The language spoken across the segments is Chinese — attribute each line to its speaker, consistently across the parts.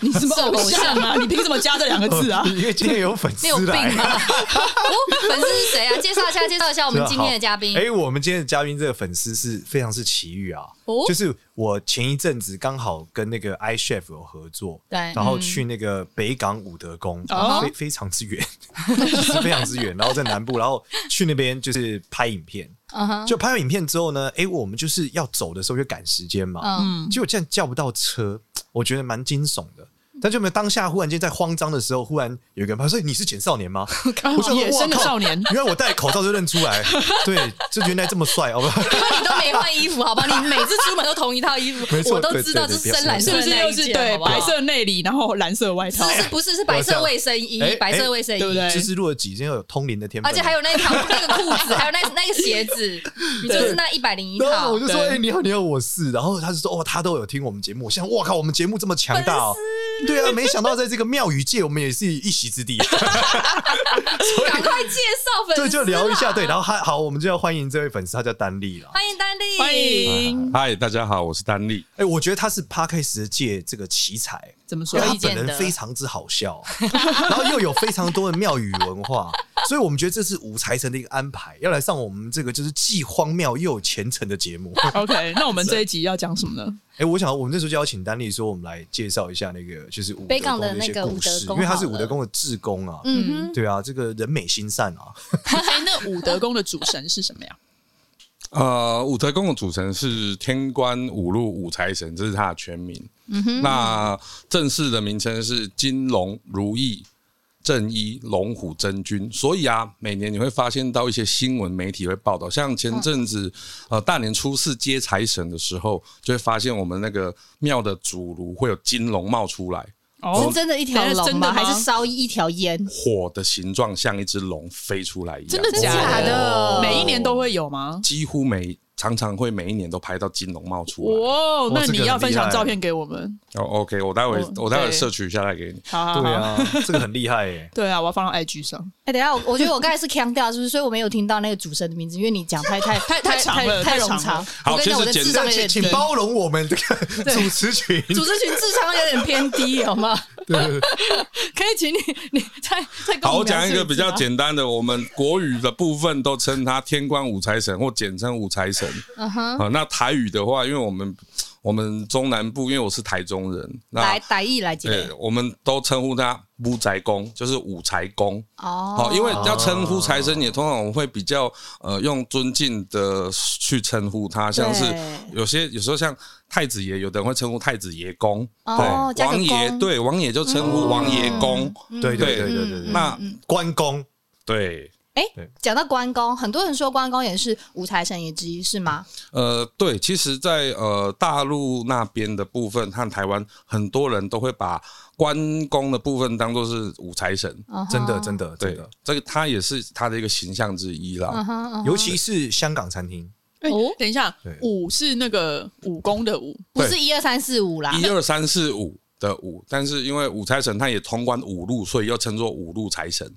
Speaker 1: 你什么
Speaker 2: 是
Speaker 1: 偶
Speaker 2: 偶
Speaker 1: 像啊？ 你凭什么加这两个字啊
Speaker 3: 因为今天有粉
Speaker 2: 你有
Speaker 3: 丝
Speaker 2: 病
Speaker 3: 来。
Speaker 2: 吧？哦，粉丝是谁啊？介绍一下，介绍一下我们今天的嘉宾
Speaker 3: 哎、。我们今天的嘉宾这个粉丝是非常是奇遇啊，
Speaker 2: 哦
Speaker 3: 就是我前一阵子刚好跟那个 i chef 有合作，
Speaker 2: 对嗯
Speaker 3: 然后去那个北港武德宫，
Speaker 1: 哦
Speaker 3: 非非常之远， 就是非常之远，然后在南部，然后去那边就是拍影片，
Speaker 2: 嗯哼，
Speaker 3: 就拍完影片之后呢，哎、我们就是要走的时候就赶时间嘛，
Speaker 2: 嗯，
Speaker 3: 结果竟然叫不到车，我觉得蛮惊悚的。
Speaker 1: 嗯
Speaker 3: 但就没有当下忽然间在慌张的时候，忽然有一个人他说：“哎你是简少年吗？” 我想说
Speaker 1: 哦野生的
Speaker 3: 哇靠
Speaker 1: 少 年
Speaker 3: 原来我戴口罩就认出来，对，就原来这么帅，好吧？
Speaker 2: 你都没换衣服，好吧？你每次出门都同一套衣
Speaker 3: 没
Speaker 2: 服，
Speaker 3: 错
Speaker 2: 我都知道这
Speaker 3: 对对
Speaker 2: 是深蓝
Speaker 1: 是
Speaker 2: 色
Speaker 1: 不
Speaker 2: 的
Speaker 1: 是
Speaker 2: 那
Speaker 1: 又
Speaker 2: 一
Speaker 1: 是
Speaker 2: 件，
Speaker 1: 对
Speaker 2: 好不好
Speaker 1: 白？色内里，然后蓝色外套？
Speaker 2: 是是不是是白色卫生衣
Speaker 3: 哎，
Speaker 2: 白色卫生
Speaker 1: 对不
Speaker 2: 衣，
Speaker 1: 对？
Speaker 3: 就是如果几天有通灵的天分，
Speaker 2: 而且还有那条那个裤子，还有那那个鞋子，你就是那一百零一
Speaker 3: 然
Speaker 2: 套
Speaker 3: 后我。就说：“
Speaker 1: 对
Speaker 3: 哎、你好，你好，我是。”然后他就说：“哦，他都有听我们节目。”我想，哇靠，我们节目这么强大、哦，对啊，没想到在这个庙宇界，我们也是一席之地。
Speaker 2: 赶快介绍粉丝啦，
Speaker 3: 对，就聊一下，对，然后他好，我们就要欢迎这位粉丝，他叫丹丽了。
Speaker 2: 欢迎丹丽，
Speaker 1: 欢迎，
Speaker 4: 嗨，大家好，我是丹力。
Speaker 3: 哎、我觉得他是 podcast 界这个奇才，
Speaker 1: 怎么说
Speaker 3: 因为？他
Speaker 2: 意见
Speaker 3: 本人
Speaker 2: 的
Speaker 3: 非常之好笑， 然后又有非常多的庙宇文化，所以我们觉得这是五财神的一个安排，要来上我们这个就是既荒谬又有虔诚的节目。
Speaker 1: OK，那我们这一集要讲什么呢？
Speaker 3: 哎、我想我们那时候就邀请丹丽说，我们来介绍一下那个就是武德
Speaker 2: 北港
Speaker 3: 宫
Speaker 2: 的
Speaker 3: 一些
Speaker 2: 那个
Speaker 3: 故
Speaker 2: 武
Speaker 3: 事，
Speaker 2: 德
Speaker 3: 因
Speaker 2: 宫
Speaker 3: 为他是
Speaker 2: 好
Speaker 3: 武
Speaker 2: 了
Speaker 3: 德宫的志工啊。
Speaker 2: 嗯
Speaker 3: 对啊，这个人美心善啊，
Speaker 1: 哎，那武德宫的主神是什么呀？
Speaker 4: 呃，武德宫的组成是天官五路五财神，这是它的全名。那正式的名称是金龙如意正一龙虎真君。所以啊，每年你会发现到一些新闻媒体会报道，像前阵子、呃大年初四接财神的时候，就会发现我们那个庙的主炉会有金龙冒出来，
Speaker 1: 哦
Speaker 2: 是真的一条
Speaker 1: 等一下
Speaker 2: 龙
Speaker 1: 真的
Speaker 2: 吗？
Speaker 1: 吗
Speaker 2: 还是烧一条烟？
Speaker 4: 火的形状像一只龙飞出来一样。
Speaker 1: 真的假
Speaker 2: 假
Speaker 1: 的？
Speaker 3: 哦
Speaker 2: 的
Speaker 1: 每一年都会有吗？
Speaker 4: 几乎每常常会每一年都拍到金龙冒出来。
Speaker 1: 哇，那
Speaker 3: 这个
Speaker 1: 你要
Speaker 3: 很厉
Speaker 1: 分享
Speaker 3: 害
Speaker 1: 照片给我们。
Speaker 4: 哦、o k 我待会
Speaker 1: 哦
Speaker 4: 我待会
Speaker 1: 对
Speaker 4: 摄取下来给你。
Speaker 1: 好好
Speaker 3: 对
Speaker 1: 好，
Speaker 3: 啊，这个很厉害耶、
Speaker 1: 对啊，我要放到 IG 上。
Speaker 2: 哎、等一下，我我觉得我刚才是腔调，是不是？所以我没有听到那个主持人的名字，因为你讲太 太太
Speaker 1: 太
Speaker 2: 太
Speaker 1: 长了
Speaker 2: 太
Speaker 1: 太
Speaker 2: 太
Speaker 1: 长
Speaker 2: 冗
Speaker 1: 了
Speaker 2: 长。
Speaker 4: 好
Speaker 2: 我跟你讲，
Speaker 4: 其实
Speaker 2: 我的
Speaker 4: 简
Speaker 2: 智
Speaker 3: 这
Speaker 2: 商
Speaker 3: 样
Speaker 2: 有点
Speaker 3: 请请
Speaker 2: 低，
Speaker 3: 包容 我们这个主持群，
Speaker 2: 主持群智商有点偏低，好吗？
Speaker 3: 对对对
Speaker 2: 可以请你你再再跟我
Speaker 4: 好，我
Speaker 2: 们描
Speaker 4: 讲
Speaker 2: 述
Speaker 4: 一个比较
Speaker 2: 次吗，
Speaker 4: 简单的，我们国语的部分都称它天官五财神，或简称五财神。
Speaker 2: 嗯哼，
Speaker 4: 啊、那台语的话，因为我们我们中南部，因为我是台中人，那
Speaker 2: 来歹意来解
Speaker 4: 啊对，我们都称呼它五财公，就是五财公。
Speaker 2: 哦
Speaker 4: 好，因为要称呼财神爷，通常我们会比较呃用尊敬的去称呼他，像是有些有时候像太子爷，有的人会称呼太子爷公，
Speaker 2: 哦
Speaker 4: 对，
Speaker 2: 加个
Speaker 4: 王爷
Speaker 2: 公嗯
Speaker 4: 对王爷就称呼王爷公，
Speaker 3: 对对对对对对，
Speaker 4: 那
Speaker 3: 关公
Speaker 2: 哦
Speaker 4: 对。
Speaker 2: 哎
Speaker 3: 对，
Speaker 2: 讲到关公，很多人说关公也是五财神爷之一，是吗？
Speaker 4: 呃，对，其实在，呃大陆那边的部分和台湾，很多人都会把关公的部分当做是五财神，
Speaker 2: 嗯哼
Speaker 3: 真的真的真
Speaker 4: 对
Speaker 3: 的，，
Speaker 4: 这个他也是他的一个形象之一啦。
Speaker 2: 嗯哼，嗯哼
Speaker 3: 尤其是香港餐厅，
Speaker 1: 哎
Speaker 2: 哦
Speaker 1: 等一下
Speaker 3: 对，
Speaker 1: 武是那个武功的武，
Speaker 2: 不是一二三四五啦，
Speaker 4: 一二三四五的五，但是因为五财神他也通关五路，所以又称作五路财神。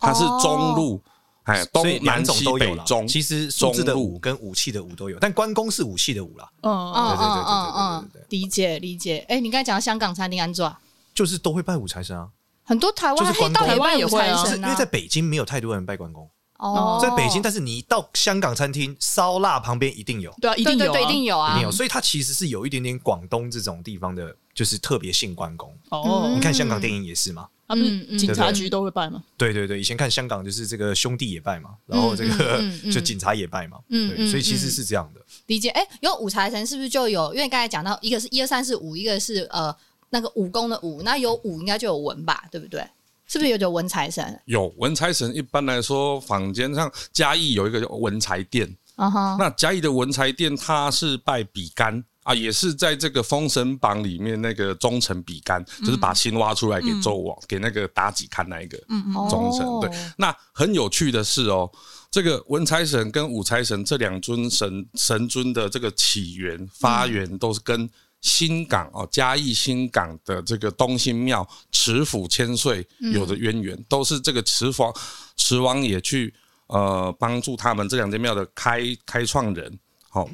Speaker 4: 他是中路，
Speaker 2: 哦
Speaker 4: 哎、
Speaker 3: 所以
Speaker 4: 东
Speaker 3: 两
Speaker 4: 南
Speaker 3: 种
Speaker 4: 西
Speaker 3: 都有
Speaker 4: 北
Speaker 3: 啦
Speaker 4: 中。
Speaker 3: 其实数字的
Speaker 4: 中
Speaker 3: 武
Speaker 4: 路
Speaker 3: 跟武器的武都有，但关公是武器的武啦，
Speaker 1: 嗯，
Speaker 2: 嗯
Speaker 3: 对对
Speaker 2: 嗯嗯
Speaker 3: 对对对对对
Speaker 2: 嗯
Speaker 3: 对对，
Speaker 2: 理解理解。哎，你刚才讲到香港餐厅安座，
Speaker 3: 就是都会拜武财神啊，
Speaker 2: 很多台
Speaker 3: 就
Speaker 2: 湾
Speaker 3: 是关
Speaker 2: 黑
Speaker 3: 公
Speaker 2: 道也
Speaker 1: 台
Speaker 2: 拜五
Speaker 1: 湾也
Speaker 2: 财
Speaker 1: 会啊
Speaker 3: 就是
Speaker 2: 神
Speaker 3: 因
Speaker 2: 啊
Speaker 3: 为在北京没有太多人拜关公，
Speaker 2: 哦，
Speaker 3: 在北京，但是你到香港餐厅烧腊旁边一定有，
Speaker 1: 对啊，一
Speaker 2: 对
Speaker 1: 定
Speaker 2: 对
Speaker 1: 有啊，
Speaker 2: 对，一定有
Speaker 3: 一
Speaker 2: 啊
Speaker 3: 定，有，所以它其实是有一点点广东这种地方的，就是特别信关公。
Speaker 1: 哦
Speaker 3: 你，看
Speaker 2: 嗯
Speaker 3: 香港电影也是嘛。
Speaker 1: 他们
Speaker 2: 嗯嗯
Speaker 1: 警察局都会办吗？
Speaker 3: 对对对，以前看香港就是这个兄弟也拜嘛，然后这个、
Speaker 2: 嗯嗯嗯
Speaker 3: 就警察也拜嘛，
Speaker 2: 嗯
Speaker 3: 对，
Speaker 2: 嗯
Speaker 3: 所以其实
Speaker 2: 嗯
Speaker 3: 是这样的。
Speaker 2: 理解。哎，有五财神是不是就有？因为刚才讲到一个是一二三四五，一个是呃那个武功的武，那有武应该就有文吧，对不对？是不是有有文财神？
Speaker 4: 有文财神，一般来说，坊间上嘉义有一个叫文财殿，
Speaker 2: 嗯哼，
Speaker 4: 那嘉义的文财殿，它是拜比干，啊，也是在这个《封神榜》里面那个忠臣比干，就是把心挖出来给纣王、给那个妲己看那一个
Speaker 1: 嗯
Speaker 4: 忠臣。
Speaker 2: 哦
Speaker 4: 对，那很有趣的是哦，这个文财神跟武财神这两尊神神尊的这个起源发源都是跟新港哦嘉义新港的这个东兴庙池府千岁有着渊源，都是这个池王池王爷去呃帮助他们这两间庙的开开创人，好、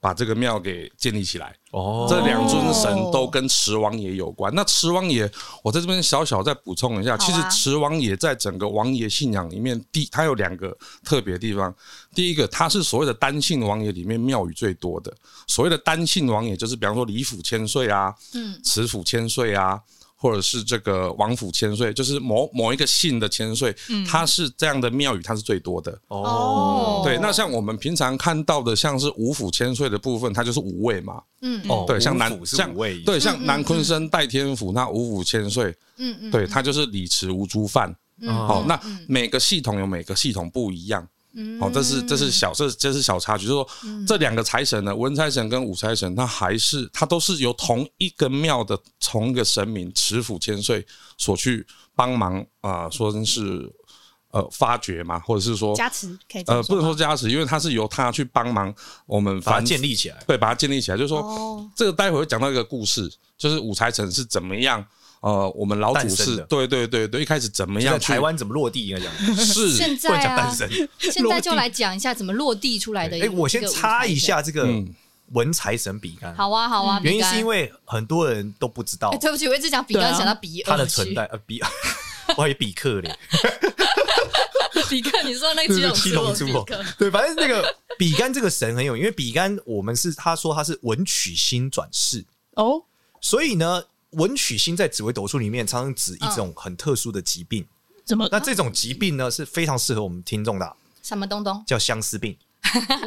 Speaker 4: 把这个庙给建立起来。
Speaker 3: 哦
Speaker 4: 这两尊神
Speaker 2: 哦
Speaker 4: 都跟池王爷有关。那池王爷，我在这边小小再补充一下，
Speaker 2: 好啊
Speaker 4: 其实池王爷在整个王爷信仰里面，第他有两个特别的地方。第一个，他是所谓的单姓王爷里面庙宇最多的。所谓的单姓王爷，就是比方说李府千岁啊，嗯，池府千岁啊。或者是这个王府千岁，就是某某一个姓的千岁，
Speaker 2: 嗯
Speaker 4: 他是这样的庙宇，他是最多的。
Speaker 3: 哦，
Speaker 2: 哦，
Speaker 4: 对，那像我们平常看到的，像是五府千岁的部分，它就是五位嘛。
Speaker 2: 嗯
Speaker 3: 哦
Speaker 4: 对，像南
Speaker 3: 五府是
Speaker 4: 像
Speaker 3: 五位以上
Speaker 4: 对，像南昆生戴天府，那五府千岁，
Speaker 2: 嗯嗯，
Speaker 4: 对，它就是李池吴诸范。好，那每个系统有每个系统不一样。
Speaker 2: 嗯
Speaker 4: 好，这是这是小这这是小插曲，就是说这两个财神呢，文财神跟武财神，它还是它都是由同一个庙的同一个神明池府千岁所去帮忙啊，说是呃发掘嘛，或者是说
Speaker 2: 加持可以这么
Speaker 4: 呃不能
Speaker 2: 吗
Speaker 4: 说加持，因为它是由他去帮忙我们
Speaker 3: 把它
Speaker 4: 凡
Speaker 3: 建立起来。
Speaker 4: 对，把它建立起来。就是说，
Speaker 2: 哦
Speaker 4: 这个待会儿会讲到一个故事，就是五财神是怎么样。呃，我们老祖
Speaker 3: 诞生
Speaker 4: 是
Speaker 3: 的
Speaker 4: 对对对对，一开始怎么
Speaker 3: 在
Speaker 4: 样去
Speaker 3: 台湾怎么落地应该讲，
Speaker 4: 是
Speaker 2: 现
Speaker 3: 不能
Speaker 2: 在
Speaker 3: 讲
Speaker 2: 啊
Speaker 3: 诞，生。
Speaker 2: 现在就来讲一下怎么落地出来的一个。
Speaker 3: 哎，我先
Speaker 2: 个舞台
Speaker 3: 插一下
Speaker 2: 神，
Speaker 3: 这个
Speaker 4: 嗯
Speaker 3: 文财神比干，
Speaker 2: 好啊好啊，
Speaker 3: 原因
Speaker 2: 比干
Speaker 3: 是因为很多人都不知道
Speaker 2: 哎对不起，我一直讲比
Speaker 1: 对
Speaker 2: 干，
Speaker 1: 啊
Speaker 2: 想到比尔
Speaker 3: 他的
Speaker 2: 去哎
Speaker 3: 存在，呃，比 我还以为比克嘞，
Speaker 2: 比干，你说那
Speaker 3: 这
Speaker 2: 个
Speaker 3: 是
Speaker 2: 七
Speaker 3: 七
Speaker 2: 龙
Speaker 3: 龙
Speaker 2: 珠
Speaker 3: 珠
Speaker 2: 的比
Speaker 3: 哦
Speaker 2: 克，
Speaker 3: 对，反正那个比干这个神很有，因为比干我们是他说他是文曲星转世，
Speaker 1: 哦，
Speaker 3: 所以呢，文曲星在紫微斗数里面常常指一
Speaker 2: 嗯
Speaker 3: 种很特殊的疾病。
Speaker 2: 啊
Speaker 1: 怎么
Speaker 3: 那这种疾病呢是非常适合我们听众的，
Speaker 2: 什么东东？
Speaker 3: 叫相思病。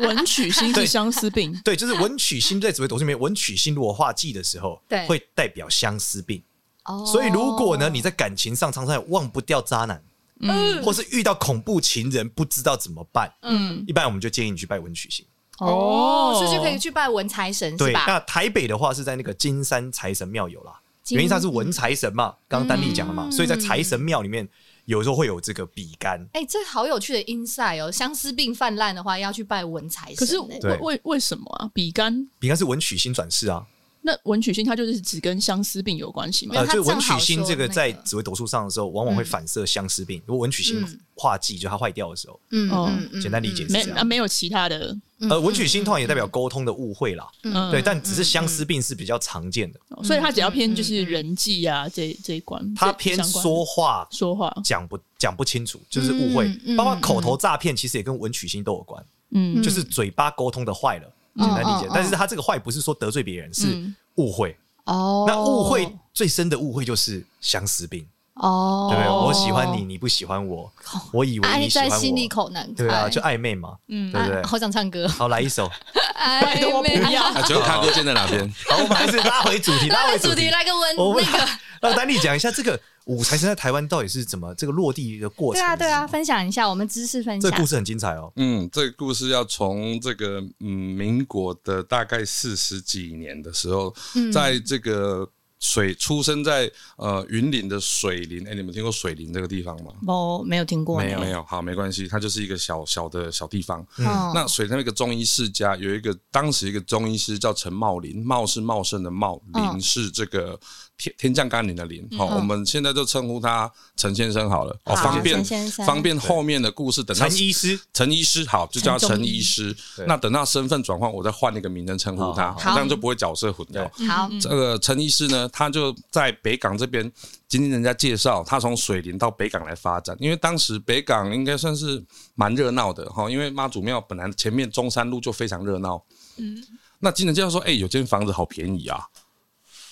Speaker 1: 文曲星
Speaker 3: 对
Speaker 1: 是相思病？
Speaker 3: 对，就是文曲星在紫微斗数里面，文曲星如果化忌的时候，
Speaker 2: 对
Speaker 3: 会代表相思病。
Speaker 2: 哦，
Speaker 3: 所以如果呢你在感情上常常也忘不掉渣男，
Speaker 2: 嗯
Speaker 3: 或是遇到恐怖情人不知道怎么办，
Speaker 1: 嗯，
Speaker 3: 一般我们就建议你去拜文曲星。
Speaker 2: 哦
Speaker 1: 哦，
Speaker 2: 所以就可以去拜文财神
Speaker 3: 对，
Speaker 2: 是吧？
Speaker 3: 那台北的话是在那个金山财神庙有啦，
Speaker 2: 金
Speaker 3: 原因它是文财神嘛，刚刚丹丽讲了嘛，
Speaker 2: 嗯
Speaker 3: 所以在财神庙里面有时候会有这个比干。
Speaker 2: 哎，这好有趣的 inside 哦！相思病泛滥的话，要去拜文财神。
Speaker 1: 可是哦
Speaker 2: 哎
Speaker 1: 为
Speaker 3: 对
Speaker 1: 为为什么啊？比干
Speaker 3: 比干是文曲星转世啊，
Speaker 1: 那文曲星，它就是只跟相思病有关系吗
Speaker 2: 没？有
Speaker 3: 呃，
Speaker 2: 他
Speaker 3: 所以文
Speaker 2: 正
Speaker 3: 曲
Speaker 2: 好
Speaker 3: 星
Speaker 2: 说
Speaker 3: 这个
Speaker 2: 那
Speaker 3: 在
Speaker 2: 个
Speaker 3: 紫微斗数上的时候，往往会反射相思病。如果文曲星
Speaker 2: 嗯
Speaker 3: 化忌，就它坏掉的时候，
Speaker 2: 嗯
Speaker 1: 哦
Speaker 2: 嗯嗯，
Speaker 3: 简单理解是
Speaker 1: 没
Speaker 3: 这
Speaker 1: 啊，
Speaker 3: 样。
Speaker 1: 没有其他的，
Speaker 3: 呃，文曲星通常也代表沟通的误会啦，
Speaker 1: 嗯，
Speaker 3: 对，但只是相思病是比较常见的，
Speaker 2: 嗯
Speaker 1: 所以它只要偏就是人际啊这这一关，
Speaker 3: 它
Speaker 1: 这
Speaker 3: 偏
Speaker 1: 相关
Speaker 3: 说话
Speaker 1: 说话，
Speaker 3: 讲不讲不清楚，就是误会
Speaker 2: 嗯，嗯
Speaker 3: 包括
Speaker 2: 嗯
Speaker 3: 口头诈骗，其实也跟文曲星都有关。
Speaker 1: 嗯，
Speaker 3: 就是嘴巴沟通的坏了，
Speaker 2: 嗯
Speaker 3: 简单理解
Speaker 2: 嗯嗯。
Speaker 3: 但是他这个坏不是说得罪别人，是
Speaker 1: 嗯
Speaker 3: 误会。
Speaker 2: 哦。
Speaker 3: 那误会最深的误会就是相思病，
Speaker 2: 哦，
Speaker 3: 对不对？我喜欢你，，你不喜欢我，我以为
Speaker 2: 爱
Speaker 3: 你喜欢
Speaker 2: 在心里
Speaker 3: 我，
Speaker 2: 口难开。哎
Speaker 3: 对啊，就暧昧嘛，对不对
Speaker 2: 啊？好想唱 歌，
Speaker 3: 好，来一首。
Speaker 2: 拜
Speaker 1: 托我不要
Speaker 4: 啊，请
Speaker 3: 哦
Speaker 4: 问咖哥建在哪边？
Speaker 3: 好，我们还是拉回主 题，拉
Speaker 2: 那
Speaker 3: 回
Speaker 2: 个主题
Speaker 3: 题。
Speaker 2: 来个文
Speaker 3: 我们
Speaker 2: 那 个，
Speaker 3: 让丹丽讲一下这个五财神在台湾到底是怎么这个落地的过
Speaker 2: 对
Speaker 3: 程。
Speaker 2: 啊对啊，，分享一下我们知识分
Speaker 3: 这
Speaker 2: 享
Speaker 3: 个。故事很精彩哦。
Speaker 4: 嗯，这个故事要从这个嗯民国的大概四十几年的时候，
Speaker 2: 嗯
Speaker 4: 在这个水出生在呃云林的水林，哎、你们听过水林这个地方吗？
Speaker 2: 哦，没有听过呢，
Speaker 4: 没有，好，没关系，它就是一个小小的小地方。
Speaker 2: 嗯
Speaker 4: 那水那个中医世家有一个，当时一个中医师叫陈茂林，茂是茂盛的茂，
Speaker 2: 嗯
Speaker 4: 林是这个天天降甘霖的林。好、我们现在就称呼他陈先生好了，哦，
Speaker 2: 好
Speaker 4: 方便
Speaker 2: 陈先生
Speaker 4: 方便后面的故事等到
Speaker 3: 陈医师，
Speaker 4: 陈医师好，就叫他
Speaker 2: 陈
Speaker 4: 陈
Speaker 2: 中医
Speaker 4: 医师
Speaker 3: 对。
Speaker 4: 那等到身份转换，我再换一个名称称呼他，
Speaker 3: 好
Speaker 2: 好
Speaker 4: 这样就不会角色混淆。
Speaker 2: 好，
Speaker 4: 这个陈医师呢，他就在北港这边，今天人家介绍他从水林到北港来发展，因为当时北港应该算是蛮热闹的哈，因为妈祖庙本来前面中山路就非常热闹，嗯，那今天介绍说，哎、有间房子好便宜啊，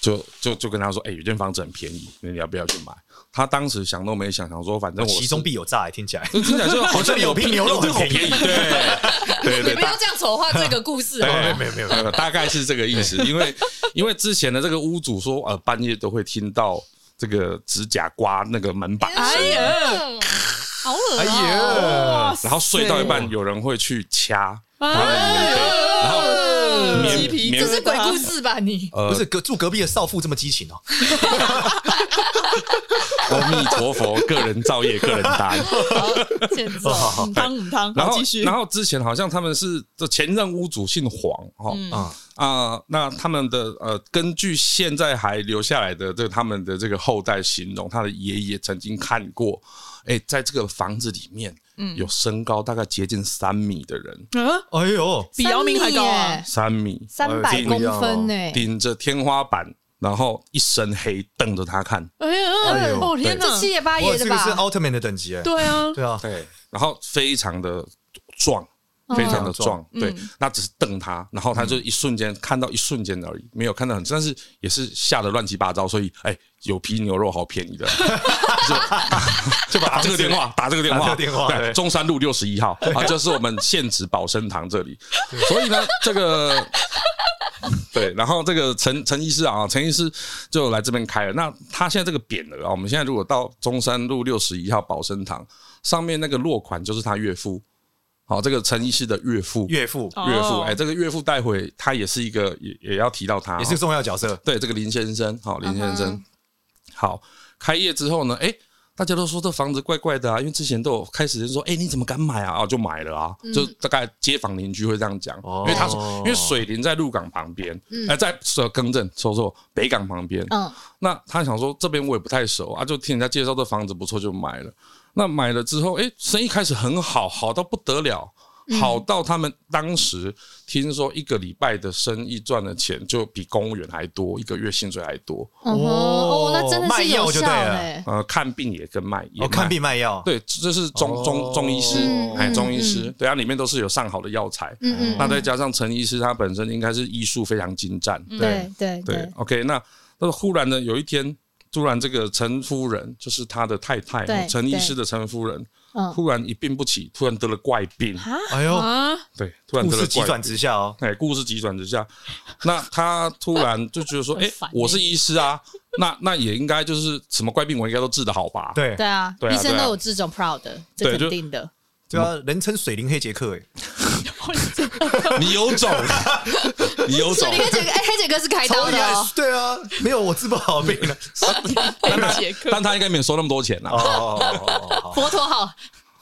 Speaker 4: 就就就跟他说，哎、有间房子很便宜，你要不要去买？他当时想都没想，想说反正我是
Speaker 3: 其中必有诈，听起来。
Speaker 4: 就听起来就好像
Speaker 3: 有瓶牛肉
Speaker 4: 有这个好便宜，对 对
Speaker 2: 你
Speaker 4: 对，
Speaker 2: 不
Speaker 4: 大
Speaker 2: 要这样丑化这个故事哦 好
Speaker 4: 对，
Speaker 2: 吗？
Speaker 4: 哎没有没有没有，大概是这个意思。因为因为之前的这个屋主说，呃，半夜都会听到这个指甲刮那个门板
Speaker 2: 哎
Speaker 4: 声，
Speaker 2: 呀，好恶
Speaker 3: 哎
Speaker 2: 哦！
Speaker 3: 呀，
Speaker 4: 然后睡到一半有人会去掐，
Speaker 1: 哎
Speaker 4: 然后嗯
Speaker 1: 鸡皮
Speaker 4: 棉
Speaker 2: 这是鬼故
Speaker 1: 事。
Speaker 2: 事吧？你
Speaker 4: 呃
Speaker 3: 不是隔住隔壁的少妇这么激情哦，
Speaker 4: 阿弥陀佛，个人造业，个人担。
Speaker 2: 欠揍
Speaker 3: 好好好
Speaker 1: 嗯汤嗯汤，
Speaker 4: 然
Speaker 1: 好
Speaker 4: 后
Speaker 1: 继，续
Speaker 4: 然。后之前好像他们是这前任屋主姓黄哦
Speaker 1: 嗯
Speaker 3: 啊，
Speaker 4: 啊、那他们的呃，根据现在还留下来的这他们的这个后代形容，他的爷爷曾经看过，哎，在这个房子里面，有身高大概接近三米的人，
Speaker 1: 嗯，
Speaker 3: 哎呦，
Speaker 1: 比姚明还高啊！
Speaker 4: 三米
Speaker 5: 三
Speaker 3: 哎
Speaker 5: 百
Speaker 3: 这个
Speaker 5: 公
Speaker 3: 一样哦
Speaker 5: 分欸呢、
Speaker 2: 哎
Speaker 4: 顶着天花板，然后一身黑瞪着他看，
Speaker 1: 哎呀，
Speaker 3: 哎呦
Speaker 1: 哦天哪
Speaker 5: 这！七爷八
Speaker 3: 哇，
Speaker 5: 爷
Speaker 3: 这
Speaker 5: 的
Speaker 3: 个是
Speaker 5: 吧？
Speaker 3: 奥特曼的等级哎，
Speaker 1: 对啊，
Speaker 3: 对啊，
Speaker 4: 对，然后非常的壮，
Speaker 5: 嗯
Speaker 4: 非常的壮，对，那只是瞪他，然后他就一瞬间看到一瞬间而已，没有看到很，但是也是吓得乱七八糟，所以哎，有皮牛肉好便宜的，就就把打这个电话，打这个电
Speaker 3: 打
Speaker 4: 话，
Speaker 3: 这个电话对
Speaker 4: 中山路六十一号啊，就是我们现址保生堂这里，所以呢，这个。对，然后这个陈陈医师啊，陈医师就来这边开了。那他现在这个匾额啊，我们现在如果到中山路六十一号保生堂上面那个落款就是他岳父，好，这个陈医师的岳父，岳
Speaker 3: 岳父
Speaker 1: 哦
Speaker 4: 父，哎，这个岳父带回他也是一个，也也要提到他哦，
Speaker 3: 也是个重要角色，
Speaker 4: 对这个林先生，好，林先生，好，开业之后呢，哎。大家都说这房子怪怪的啊，因为之前都有开始就说，哎、你怎么敢买啊？哦，就买了啊，就大概街坊邻居会这样讲，
Speaker 3: 哦
Speaker 4: 因为他说，因为水林在鹿港旁边，呃，在呃更正，说错，北港旁边，
Speaker 2: 嗯，
Speaker 4: 那他想说这边我也不太熟啊，就听人家介绍这房子不错，就买了。那买了之后，哎，生意开始很好，好到不得了，好到他们当时听说一个礼拜的生意赚的钱就比公务员还多，一个月薪水还多。
Speaker 5: 嗯哼哦，那真的
Speaker 3: 卖
Speaker 5: 是有
Speaker 3: 药就
Speaker 5: 效
Speaker 3: 对了
Speaker 5: 的、
Speaker 2: 哎
Speaker 4: 呃，看病也跟卖，也
Speaker 3: 哦，
Speaker 4: 卖
Speaker 3: 看病卖药，
Speaker 4: 对，这是中
Speaker 3: 哦
Speaker 4: 中中医师
Speaker 5: 嗯，
Speaker 4: 哎，
Speaker 5: 嗯
Speaker 4: 中医师，对啊，里面都是有上好的药材。
Speaker 5: 嗯嗯，
Speaker 4: 那再加上陈医师，他本身应该是医术非常精湛，
Speaker 5: 对对
Speaker 4: 对，，OK，那那忽然呢，有一天，突然这个陈夫人，就是他的太太
Speaker 5: 对，
Speaker 4: 陈医师的陈夫人
Speaker 5: 嗯，
Speaker 4: 忽然一病不起，突然得了怪病，
Speaker 3: 哎呦，
Speaker 1: 啊，
Speaker 4: 对，突然
Speaker 3: 故
Speaker 4: 得了
Speaker 3: 事急
Speaker 4: 怪
Speaker 3: 转
Speaker 4: 病。
Speaker 3: 直下哦，
Speaker 4: 哎，故事急转直下，那他突然就觉得 说，
Speaker 1: 很
Speaker 4: 哎
Speaker 1: 烦，欸
Speaker 4: 我是医师啊，那那也应该就是什么怪病，我应该都治得好吧？
Speaker 3: 对
Speaker 2: 对啊，
Speaker 4: 对啊
Speaker 2: 医生
Speaker 4: 对啊
Speaker 2: 都有这种 proud，的
Speaker 4: 对
Speaker 2: 这肯
Speaker 4: 就
Speaker 2: 定的。
Speaker 3: 对啊，人称水灵黑杰克哎，
Speaker 4: 你有种，你有
Speaker 2: 所
Speaker 4: 种
Speaker 2: 以，黑杰哥，哎，黑杰哥是开刀
Speaker 3: 超厉
Speaker 2: 的
Speaker 3: 害
Speaker 2: 哦，，
Speaker 3: 对啊，没有我治不好啊病了，
Speaker 4: 但他
Speaker 1: 杰克
Speaker 4: 但他应该没有收那么多钱 啊
Speaker 3: 哦。哦哦哦哦，哦
Speaker 2: 佛陀好，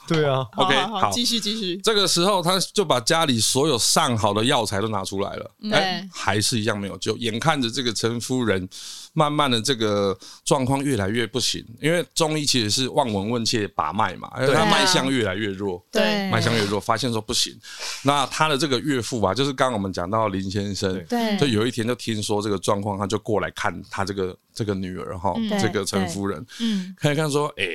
Speaker 3: 对啊，
Speaker 1: 好
Speaker 4: OK，
Speaker 1: 好好，
Speaker 4: 好
Speaker 1: 继续继续。
Speaker 4: 这个时候，他就把家里所有上好的药材都拿出来了，
Speaker 1: 嗯
Speaker 2: 对
Speaker 4: 哎，还是一样没有救。眼看着这个陈夫人，慢慢的这个状况越来越不行，因为中医其实是望闻问切把脉嘛，而且他
Speaker 5: 对啊
Speaker 4: 脉象越来越弱，
Speaker 2: 嗯
Speaker 1: 对
Speaker 4: 脉象越弱，发现说不行。那他的这个岳父啊，就是刚刚我们讲到林先生
Speaker 5: 对
Speaker 3: 对，
Speaker 4: 就有一天就听说这个状况，他就过来看他这个这个女儿哈，
Speaker 5: 对
Speaker 4: 这个陈夫人，
Speaker 5: 嗯，
Speaker 4: 看一看说，哎、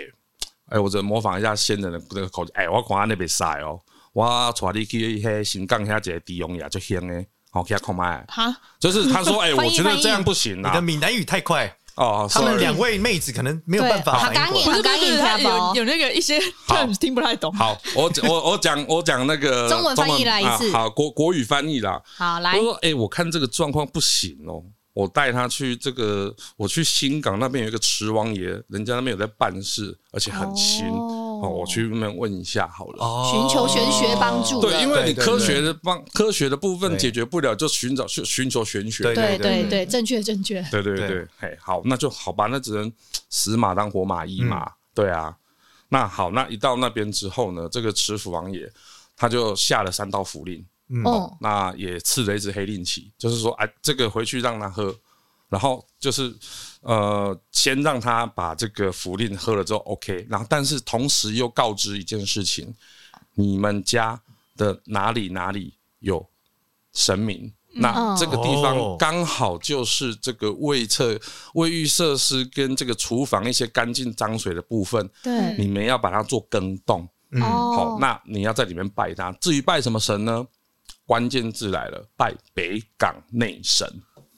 Speaker 4: 哎，我这模仿一下先人的这个口气，哎、我看安尼袂使哦，我带你去迄新港遐一个地方也足香的，好哦去遐看卖。啊
Speaker 1: 哈，
Speaker 4: 就是他说，哎、
Speaker 5: 翻
Speaker 4: 我
Speaker 5: 译
Speaker 4: 觉得这样不 行
Speaker 3: 你的
Speaker 4: 啊。
Speaker 3: 闽南语太快，
Speaker 4: 哦
Speaker 3: 他们
Speaker 4: ，sorry，
Speaker 3: 两位妹子可能没有
Speaker 5: 对
Speaker 3: 办法
Speaker 2: 好
Speaker 3: 反应
Speaker 2: 刚
Speaker 3: 过
Speaker 2: 硬
Speaker 1: 不
Speaker 3: 来
Speaker 1: 是
Speaker 2: 刚
Speaker 1: 不
Speaker 2: 硬
Speaker 1: 是，他
Speaker 2: 听不懂
Speaker 1: 有有那个一些
Speaker 4: 好
Speaker 1: terms 听不太懂。
Speaker 4: 好，我我我讲我讲那个
Speaker 2: 中文翻译来一次
Speaker 4: 啊好国国语翻译啦。
Speaker 2: 好
Speaker 4: 我
Speaker 2: 来，
Speaker 4: 说，哎、我看这个状况不行哦。我带他去这个，我去新港那边有一个池王爷，人家那边有在办事，而且很新
Speaker 5: 哦
Speaker 4: 哦我去那边问一下好了。
Speaker 3: 哦
Speaker 2: 寻求玄学帮助
Speaker 4: 对，
Speaker 2: 了
Speaker 4: 因为
Speaker 3: 对
Speaker 4: 你
Speaker 3: 对
Speaker 4: 科
Speaker 3: 对
Speaker 4: 学的帮科学的部分
Speaker 3: 对
Speaker 4: 解决不了，就寻找去寻求玄学。
Speaker 3: 对
Speaker 2: 对
Speaker 3: 对
Speaker 2: 对对，正确正确，
Speaker 4: 对对
Speaker 3: 对
Speaker 4: 对，嘿，好，那就好吧，那只能死马当活马医嘛。
Speaker 3: 嗯
Speaker 4: 对啊，那好，那一到那边之后呢，这个持府王爷他就下了三道符令，
Speaker 2: 嗯，
Speaker 4: 那也赐了一支黑令旗，就是说，哎，这个回去让他喝，然后就是呃，先让他把这个符令喝了之后，OK，然后但是同时又告知一件事情，你们家的哪里哪里有神明。那这个地
Speaker 3: 哦
Speaker 4: 方刚好就是这个卫厕、卫浴设施跟这个厨房一些干净脏水的部分，
Speaker 5: 对，
Speaker 4: 你们要把它做更动。
Speaker 3: 哦
Speaker 2: 哦
Speaker 4: 好，那你要在里面拜他。至于拜什么神呢？关键字来了，拜北港内神。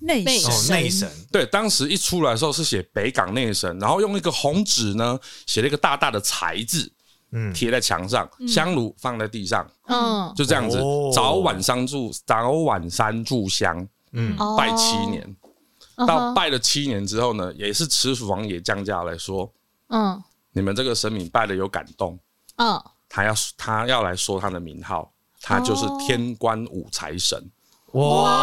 Speaker 1: 内
Speaker 2: 内
Speaker 3: 哦内神
Speaker 4: 对，当时一出来的时候是写北港内神，然后用一个红纸呢写了一个大大的财字，
Speaker 3: 嗯
Speaker 4: 贴在墙上，香炉放在地上，
Speaker 2: 嗯，
Speaker 4: 就这样子
Speaker 3: 哦，
Speaker 4: 早晚三炷，早晚三炷香，
Speaker 3: 嗯
Speaker 2: 哦
Speaker 4: 拜七年。到拜了七年之后呢，也是持府王爷降价来说，
Speaker 2: 嗯
Speaker 4: 你们这个神明拜的有感动，
Speaker 2: 嗯，
Speaker 4: 他要他要来说他的名号，他就是天官五财神。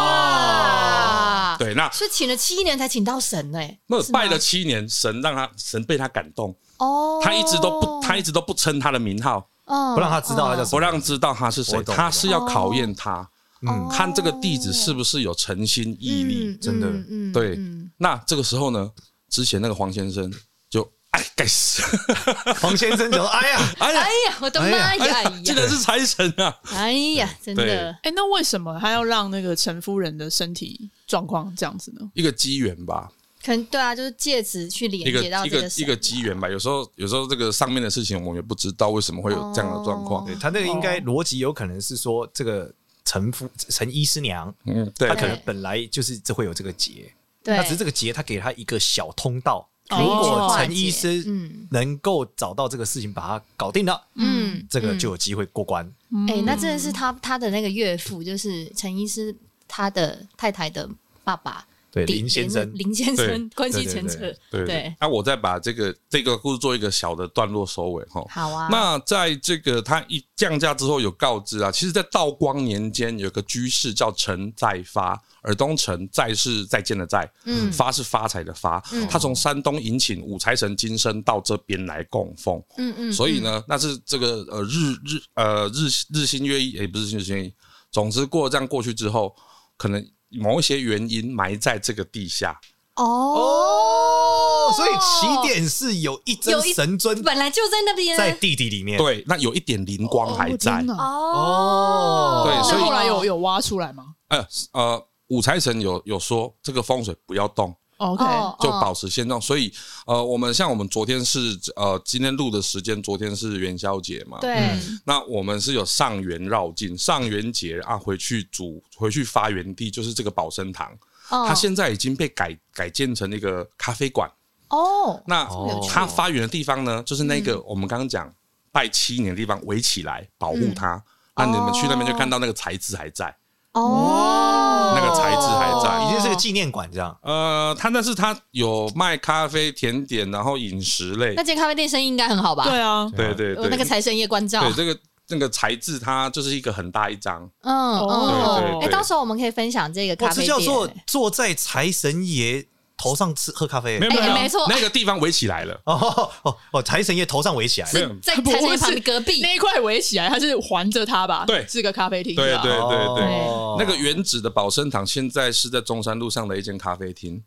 Speaker 3: 哇！
Speaker 2: 啊，，
Speaker 4: 对，那
Speaker 2: 所以请了七年才请到神呢、
Speaker 4: 那
Speaker 2: 是吗
Speaker 4: 拜了七年，神让他神被他感动，
Speaker 2: 哦，
Speaker 4: 他一直都不他一直都不称他的名号，
Speaker 2: 嗯
Speaker 3: 不让他知道他叫什
Speaker 4: 不
Speaker 3: 么，
Speaker 4: 让知道他是谁
Speaker 3: 我，懂
Speaker 4: 他是要考验他，
Speaker 3: 嗯
Speaker 4: 看这个弟子是不是有诚心毅力。
Speaker 3: 真的
Speaker 2: 哦嗯
Speaker 4: 对
Speaker 2: 嗯，
Speaker 4: 那这个时候呢，之前那个黄先生就哎该死，
Speaker 3: 黄先生讲说，哎呀，
Speaker 4: 哎
Speaker 2: 哎
Speaker 4: 呀，哎
Speaker 2: 呀，我的妈呀！
Speaker 4: 竟然是财神啊！
Speaker 2: 哎呀，真的，
Speaker 1: 哎，那为什么他要让那个陈夫人的身体状况这样子呢？
Speaker 4: 一个机缘吧，
Speaker 2: 可能对啊，就是借此去
Speaker 4: 一
Speaker 2: 连
Speaker 4: 个
Speaker 2: 接到
Speaker 4: 一
Speaker 2: 这
Speaker 4: 个
Speaker 2: 神
Speaker 4: 一个机缘吧。有时候有时候这个上面的事情，我们也不知道为什么会有这样的状况
Speaker 2: 哦。
Speaker 3: 对他那个应该逻辑有可能是说，这个陈夫陈医师娘，
Speaker 4: 嗯，对
Speaker 3: 她，可能
Speaker 2: 对
Speaker 3: 本来就是这会有这个结，
Speaker 2: 对，哦
Speaker 3: 那只是这个结，他给他一个小通道。
Speaker 1: 可
Speaker 3: 如
Speaker 1: 以去
Speaker 3: 果
Speaker 2: 化
Speaker 3: 陈
Speaker 2: 解
Speaker 3: 医师
Speaker 2: 嗯
Speaker 3: 能够找到这个事情，把它搞定了，
Speaker 2: 嗯，
Speaker 3: 这个
Speaker 2: 嗯
Speaker 3: 就有机会过关。
Speaker 2: 哎、那真的是他他的那个岳父，就是陈医师他的太太的爸爸
Speaker 3: 对，
Speaker 2: 林
Speaker 3: 林先生，
Speaker 2: 林先生 关系牵扯
Speaker 3: 对，
Speaker 4: 对对。那我再把这个这个故事做一个小的段落收尾哈。
Speaker 2: 好啊，
Speaker 4: 那在这个他一降价之后，有告知啊，其实，在道光年间有个居士叫陈再发，尔东陈再是再见的再，
Speaker 2: 嗯
Speaker 4: 发是发财的发，他从山东引请五财神金身到这边来供奉，
Speaker 2: 嗯嗯，
Speaker 4: 所以呢，那是这个呃日日呃日日新月异，也、不是日新月异，总之过这样过去之后，可能某一些原因埋在这个地下，
Speaker 2: 哦
Speaker 3: 哦，所以起点是有一尊
Speaker 2: 有一
Speaker 3: 神尊
Speaker 2: 本来就在那边
Speaker 3: 在地底里面。，
Speaker 4: 对，那有一点灵光还在，
Speaker 1: 哦
Speaker 2: 哦，
Speaker 4: 对所
Speaker 1: 那
Speaker 4: 以
Speaker 1: 后来有有挖出来吗
Speaker 4: 呃呃，五财神有有说这个风水不要动。
Speaker 1: ？OK，
Speaker 2: 哦
Speaker 4: 就保持现状。所以呃，我们像我们昨天是呃，今天录的时间，昨天是元宵节嘛，
Speaker 2: 对、
Speaker 4: 那我们是有上元绕境，上元节啊，回去祖回去发源地就是这个保生堂，
Speaker 2: 哦，
Speaker 4: 它现在已经被改改建成那个咖啡馆。
Speaker 2: 哦，
Speaker 4: 那
Speaker 3: 么有趣
Speaker 4: 它发源的地方呢，就是那个我们刚刚讲拜七年的地方围起来保护它。那你们去那边就看到那个材质还在，
Speaker 2: 哦，
Speaker 4: 那个材质还在
Speaker 3: 已经是个纪念馆这样。
Speaker 4: 呃，它但是它有卖咖啡、甜点，然后饮食类
Speaker 2: 那，间咖啡店生意应该很好吧？
Speaker 1: 对啊，
Speaker 4: 对对
Speaker 2: 有
Speaker 4: 对，
Speaker 2: 那个啊财神爷关照，
Speaker 4: 对这个那个材质，它就是一个很大一张，
Speaker 2: 嗯
Speaker 1: 哦对
Speaker 2: 嗯，
Speaker 1: 对
Speaker 2: 哎，
Speaker 4: 对
Speaker 2: 到时候我们可以分享这个
Speaker 3: 哇，
Speaker 2: 咖
Speaker 3: 这
Speaker 2: 啡
Speaker 3: 叫
Speaker 2: 店，
Speaker 3: 做坐在财神爷头上吃喝咖啡
Speaker 4: 没。有没有，
Speaker 2: 没错
Speaker 4: 那个地方围起来了，
Speaker 3: 哦哦哦，财神爷头上围起来
Speaker 4: 没。有。
Speaker 2: 在财神爷旁边隔壁，
Speaker 1: 那一块围起来，它是环着它吧？
Speaker 4: 对
Speaker 1: 是个咖啡厅。
Speaker 4: 对
Speaker 1: 是吧
Speaker 4: 对
Speaker 3: 哦
Speaker 4: 那个原址的保生堂现在是在中山路上的一间咖啡厅，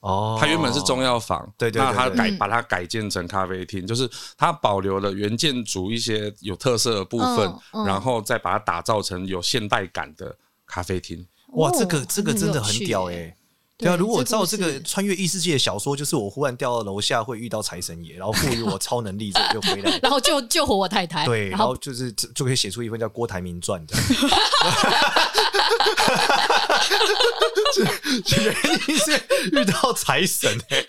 Speaker 3: 哦，
Speaker 4: 它原本是中药房，
Speaker 3: 对对对
Speaker 4: 那它
Speaker 3: 对嗯
Speaker 4: 改
Speaker 2: 嗯
Speaker 4: 把它改建成咖啡厅，就是它保留了原建筑一些有特色的部分
Speaker 2: 嗯，嗯
Speaker 4: 然后再把它打造成有现代感的咖啡厅。
Speaker 3: 哇，
Speaker 2: 哦
Speaker 3: 这个这个真的很屌
Speaker 2: 很有趣
Speaker 3: 哎。对啊，
Speaker 2: 对
Speaker 3: 如果
Speaker 2: 这故
Speaker 3: 照这个
Speaker 2: 事
Speaker 3: 穿越异世界的小说，就是我忽然掉到楼下会遇到财神爷，然后赋予我超能力，就又回 来。
Speaker 2: 然后救救活我太太，
Speaker 3: 对，
Speaker 2: 然
Speaker 3: 然
Speaker 2: 后
Speaker 3: 后就是就就可以写出一份叫《郭台铭传》这样。 这原因是遇到财神哎、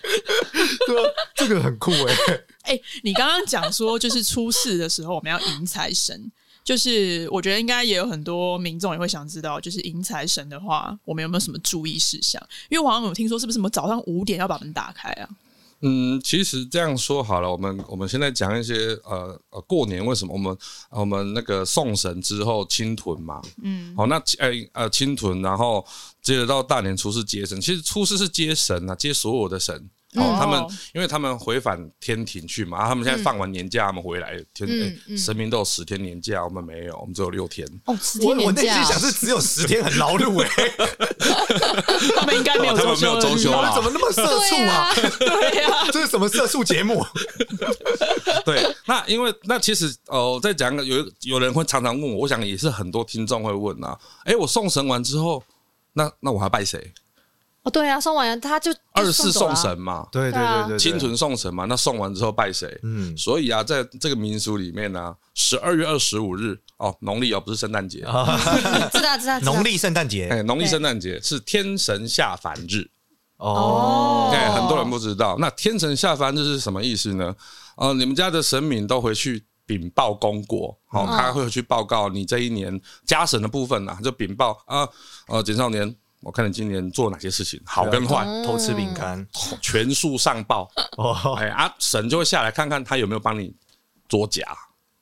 Speaker 3: 对啊，这个很酷哎、
Speaker 1: 哎、你刚刚讲说，就是出事的时候我们要迎财神，就是我觉得应该也有很多民众也会想知道，就是迎财神的话，我们有没有什么注意事项？因为我好像有听说，是不是什么早上五点要把门打开啊？
Speaker 4: 嗯，其实这样说好了，我们我们现在讲一些呃呃，过年为什么我们我们那个送神之后清屯嘛，嗯，好、那呃呃清屯，然后接着到大年初四接神，其实初四是接神啊，接所有的神。哦，他们因为他们回返天庭去嘛，啊、他们现在放完年假，他们回来天、
Speaker 2: 嗯
Speaker 4: 诶神明都有十天年假，我们没有，我们只有六天。
Speaker 2: 哦，十
Speaker 3: 我
Speaker 2: 天
Speaker 3: 我
Speaker 2: 年
Speaker 3: 内心
Speaker 2: 假
Speaker 3: 想是只有十天很劳碌哎、
Speaker 1: 他们应该没有周
Speaker 4: 哦他们没
Speaker 1: 休
Speaker 4: 有
Speaker 1: 二
Speaker 4: 周
Speaker 1: 日
Speaker 4: 休
Speaker 1: 吧
Speaker 3: 我们
Speaker 4: 啦
Speaker 3: 怎么那么社畜啊？
Speaker 1: 对呀、
Speaker 3: 这是什么社畜节目？
Speaker 4: 对，那因为那其实哦，呃再讲一个有有人会常常问我，我想也是很多听众会问啊，哎、我送神完之后，那那我还拜谁？
Speaker 2: 哦，对啊，送完了他就
Speaker 4: 二十四送，
Speaker 2: 就走了啊
Speaker 4: 神嘛，
Speaker 3: 对
Speaker 2: 对啊
Speaker 4: 清屯送神嘛，那送完之后拜谁？
Speaker 3: 嗯
Speaker 4: 所以啊，在这个民俗里面呢、啊十二月二十五日哦，农历哦不是圣诞 节，
Speaker 2: 知道知道知道
Speaker 3: 啊农历圣诞节
Speaker 4: 哎，农历
Speaker 2: 对
Speaker 4: 圣诞节是天神下凡日，
Speaker 3: 哦，
Speaker 4: 哎，很多人不知道。那天神下凡日是什么意思呢？呃，你们家的神明都回去禀报公国，好、
Speaker 2: 嗯
Speaker 4: 哦，他会去报告你这一年家神的部分呐、啊，就禀报啊，呃，简少年，我看你今年做哪些事情，好跟
Speaker 2: 啊
Speaker 4: 坏，
Speaker 3: 偷吃饼干
Speaker 4: 全数上报。
Speaker 3: 哦，
Speaker 4: 哎啊，神就会下来看看他有没有帮你作假，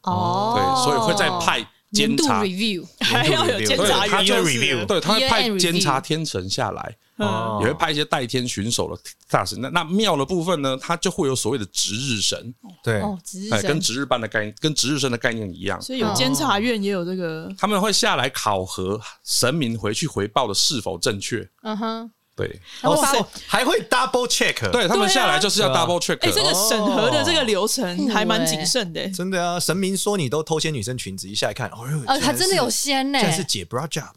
Speaker 2: 哦，
Speaker 4: 对，所以会再派监
Speaker 2: 年度
Speaker 4: 察
Speaker 2: review，
Speaker 1: 还要有监
Speaker 4: 对
Speaker 1: 察
Speaker 4: 他
Speaker 1: 员
Speaker 4: 就
Speaker 1: 就是是
Speaker 4: 对他
Speaker 2: Year
Speaker 4: 派
Speaker 2: end
Speaker 4: 监察
Speaker 2: review
Speaker 4: 天神下来，
Speaker 3: 哦
Speaker 4: 也会派一些代天巡守的大神。那那庙的部分呢，它就会有所谓的值日神，
Speaker 3: 对，
Speaker 2: 哦，值日
Speaker 4: 哎，跟
Speaker 2: 生，
Speaker 4: 值日班的概念，跟值日生的概念一样。
Speaker 1: 所以有监察院也有这个
Speaker 4: 他们会下来考核神明回去回报的是否正确，
Speaker 2: 嗯哼，
Speaker 4: 对，
Speaker 3: 哦，
Speaker 1: 哇塞
Speaker 3: 哦还会 double check，，
Speaker 4: 对他
Speaker 1: 对啊
Speaker 4: 们下来就是要
Speaker 3: 对啊
Speaker 4: double check，哦
Speaker 1: 哎、这个审核的这个流程
Speaker 2: 哦
Speaker 1: 还蛮谨慎的、欸
Speaker 3: 真的啊，神明说你都偷掀女生裙子，一下一看，哦呦，
Speaker 2: 呃，
Speaker 3: 竟然
Speaker 2: 他真的有欸
Speaker 3: 是，
Speaker 2: 仙呢
Speaker 3: 竟，然是姐 bra job，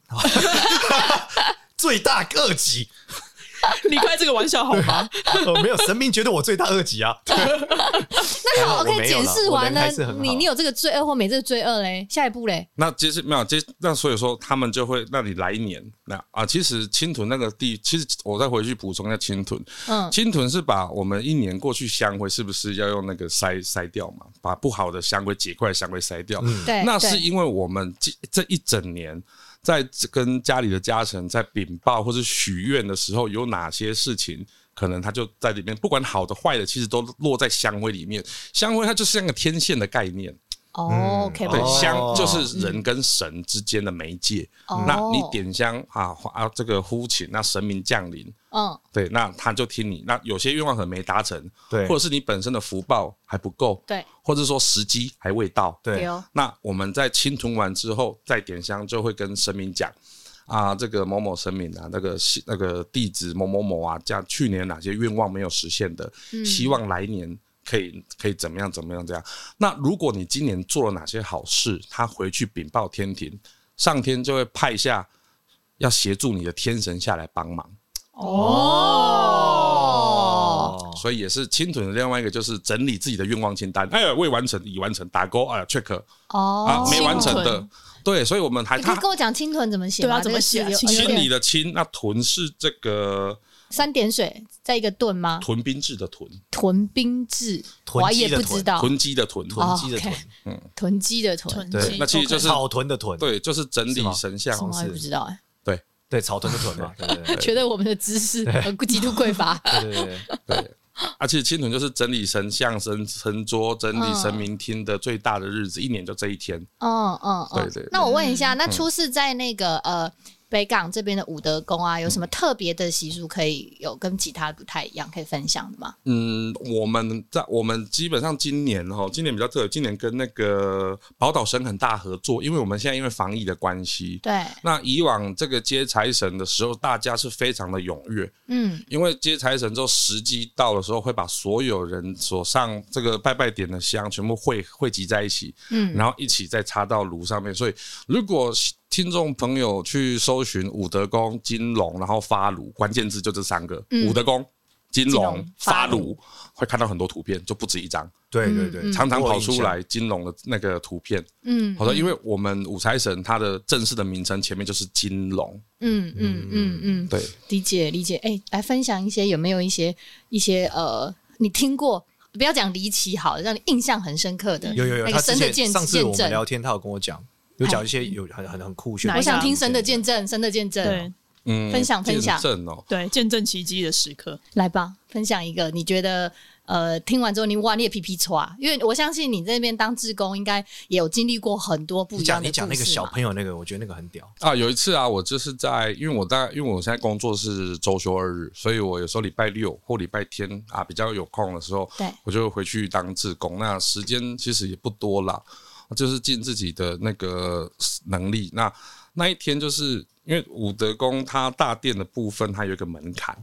Speaker 3: 罪大恶极，
Speaker 1: 你开这个玩笑好吗？
Speaker 3: 哦，没有神明觉得我罪大恶极啊，
Speaker 2: 那
Speaker 3: 还
Speaker 2: 好
Speaker 3: 好我
Speaker 2: ，OK，
Speaker 3: 没有
Speaker 2: 检
Speaker 3: 啦
Speaker 2: 视
Speaker 3: 我
Speaker 2: 完
Speaker 3: 人
Speaker 2: 呢
Speaker 3: 还是很，好
Speaker 2: 你你有这个罪恶或没这个罪恶嘞，下一步嘞，
Speaker 4: 那接是没有接，那所以说他们就会，那你来一年那啊，其实青屯那个地，其实我再回去补充一下青屯，
Speaker 2: 嗯，
Speaker 4: 青屯是把我们一年过去香灰是不是要用那个筛筛掉嘛，把不好的香灰结块的香灰筛
Speaker 3: 嗯
Speaker 4: 掉，
Speaker 2: 对，
Speaker 4: 那
Speaker 2: 哎对哦
Speaker 4: 是因为我们这这一整年。在跟家里的家臣在禀报或是许愿的时候，有哪些事情可能他就在里面，不管好的坏的，其实都落在香灰里面。香灰它就是像个天线的概念，
Speaker 2: 哦，OK，
Speaker 3: 嗯
Speaker 4: 对，
Speaker 3: 哦
Speaker 4: 香就是人跟神之间的媒介。
Speaker 2: 嗯哦
Speaker 4: 那你点香啊啊，这个呼请，那神明降临，
Speaker 2: 嗯，
Speaker 4: 对，那他就听你。那有些愿望可能没达成，
Speaker 3: 对
Speaker 4: 或者是你本身的福报还不够，
Speaker 2: 对，
Speaker 4: 或者说时机还未到，
Speaker 3: 对
Speaker 2: 哦，
Speaker 4: 那我们在清屯完之后再点香，就会跟神明讲啊，这个某某神明啊，那个西那个弟子某某某啊，这样去年哪些愿望没有实现的，
Speaker 2: 嗯
Speaker 4: 希望来年可以可以怎么样怎么样这样。那如果你今年做了哪些好事，他回去禀报天庭，上天就会派下要协助你的天神下来帮忙。
Speaker 2: 哦，
Speaker 3: 哦，
Speaker 4: 所以也是清屯的另外一个就是整理自己的愿望清单，哎呀，未完成、已完成打勾，哎呀 check 啊
Speaker 2: 哦，，
Speaker 4: 没完成
Speaker 1: 清
Speaker 4: 的
Speaker 1: 屯，
Speaker 4: 对，所以我们还
Speaker 2: 你可以
Speaker 4: 他
Speaker 2: 跟我讲青豚怎么写
Speaker 1: 对啊
Speaker 2: 吗？
Speaker 1: 怎么写啊
Speaker 2: 这个字
Speaker 1: 青
Speaker 2: 哎有
Speaker 1: 豚
Speaker 4: 清
Speaker 2: 有
Speaker 4: 理
Speaker 2: 点
Speaker 4: 的清，那屯是这个
Speaker 2: 三点水在一个盾吗？
Speaker 4: 屯兵制的屯，
Speaker 2: 屯兵制，
Speaker 3: 囤
Speaker 2: 我
Speaker 3: 积
Speaker 2: 也
Speaker 3: 的
Speaker 2: 不
Speaker 3: 囤
Speaker 2: 知道，
Speaker 4: 囤积的囤，
Speaker 3: 囤积的
Speaker 2: 哦
Speaker 3: 囤，
Speaker 2: ，OK 囤积的囤，
Speaker 3: 对
Speaker 4: 那其实就是
Speaker 3: 草屯的屯，
Speaker 4: 对，就是整
Speaker 3: 是
Speaker 4: 理
Speaker 3: 吗
Speaker 4: 神像
Speaker 2: 什，么我也不知道哎，
Speaker 4: 对
Speaker 3: 对，草屯的屯嘛，对对对。
Speaker 2: 觉得我们的知识呃极度匮乏
Speaker 3: 对 对对，
Speaker 4: 对。而且啊清屯就是整理神像、神神桌、整理神
Speaker 2: 嗯
Speaker 4: 明厅的最大的日子，一年就这一天。
Speaker 2: 嗯嗯嗯
Speaker 4: 对对对。
Speaker 2: 那我问一下，那出事在那个呃北港这边的武德宫啊，有什么特别的习俗可以有跟其他不太一样，可以分享的吗？
Speaker 4: 嗯，我们在我们基本上今年哈，今年比较特别，今年跟那个宝岛神很大合作，因为我们现在因为防疫的关系，
Speaker 2: 对，
Speaker 4: 那以往这个接财神的时候，大家是非常的踊跃，
Speaker 2: 嗯，
Speaker 4: 因为接财神之后时机到的时候，会把所有人所上这个拜拜点的香全部汇汇集在一起，嗯，然后一起再插到炉上面。所以，如果听众朋友去搜寻武德宫、金龙，然后发炉，关键字就这三个：武德宫、
Speaker 2: 嗯
Speaker 4: 金
Speaker 2: 金
Speaker 4: 龙
Speaker 2: 龙、
Speaker 4: 发
Speaker 2: 发
Speaker 4: 炉，会看到很多图片，就不止一张，
Speaker 3: 对对对，
Speaker 4: 常常
Speaker 3: 我有
Speaker 4: 跑
Speaker 3: 印
Speaker 4: 出
Speaker 3: 象
Speaker 4: 来金龙的那个图片。
Speaker 2: 嗯
Speaker 4: 好的，因为我们五财神它的正式的名称前面就是金龙，
Speaker 2: 嗯嗯嗯嗯，
Speaker 4: 对，
Speaker 2: 理解理解。哎、来分享一些有没有一些一些呃，你听过？不要讲离奇好了，让你印象很深刻的，
Speaker 3: 有有有，
Speaker 2: 那
Speaker 3: 他
Speaker 2: 个
Speaker 3: 之
Speaker 2: 神的
Speaker 3: 前
Speaker 2: 见
Speaker 3: 上次我
Speaker 2: 见
Speaker 3: 们
Speaker 2: 证
Speaker 3: 聊。天，他有跟我讲，有讲一些有很很很酷炫的
Speaker 1: 哪
Speaker 2: 我
Speaker 1: 一个啊
Speaker 2: 想听神的见证，神的见证
Speaker 1: 对，
Speaker 4: 嗯，
Speaker 2: 分享分享
Speaker 4: 见证哦。
Speaker 1: 对，见证奇迹的时刻，
Speaker 2: 来吧，分享一个你觉得呃，听完之后你哇，你也皮皮抓，因为我相信你在那边当志工，应该也有经历过很多不
Speaker 3: 你
Speaker 2: 一样
Speaker 3: 讲
Speaker 2: 的
Speaker 3: 你
Speaker 2: 故事
Speaker 3: 讲那个小
Speaker 2: 嘛
Speaker 3: 朋友那个，我觉得那个很屌。
Speaker 4: 啊，有一次啊，我就是在，因为我在，因为我现在工作是周休二日，所以我有时候礼拜六或礼拜天啊比较有空的时候，
Speaker 2: 对
Speaker 4: 我就回去当志工。那时间其实也不多啦，就是尽自己的那个能力。那那一天就是因为武德宫它大殿的部分，它有一个门槛，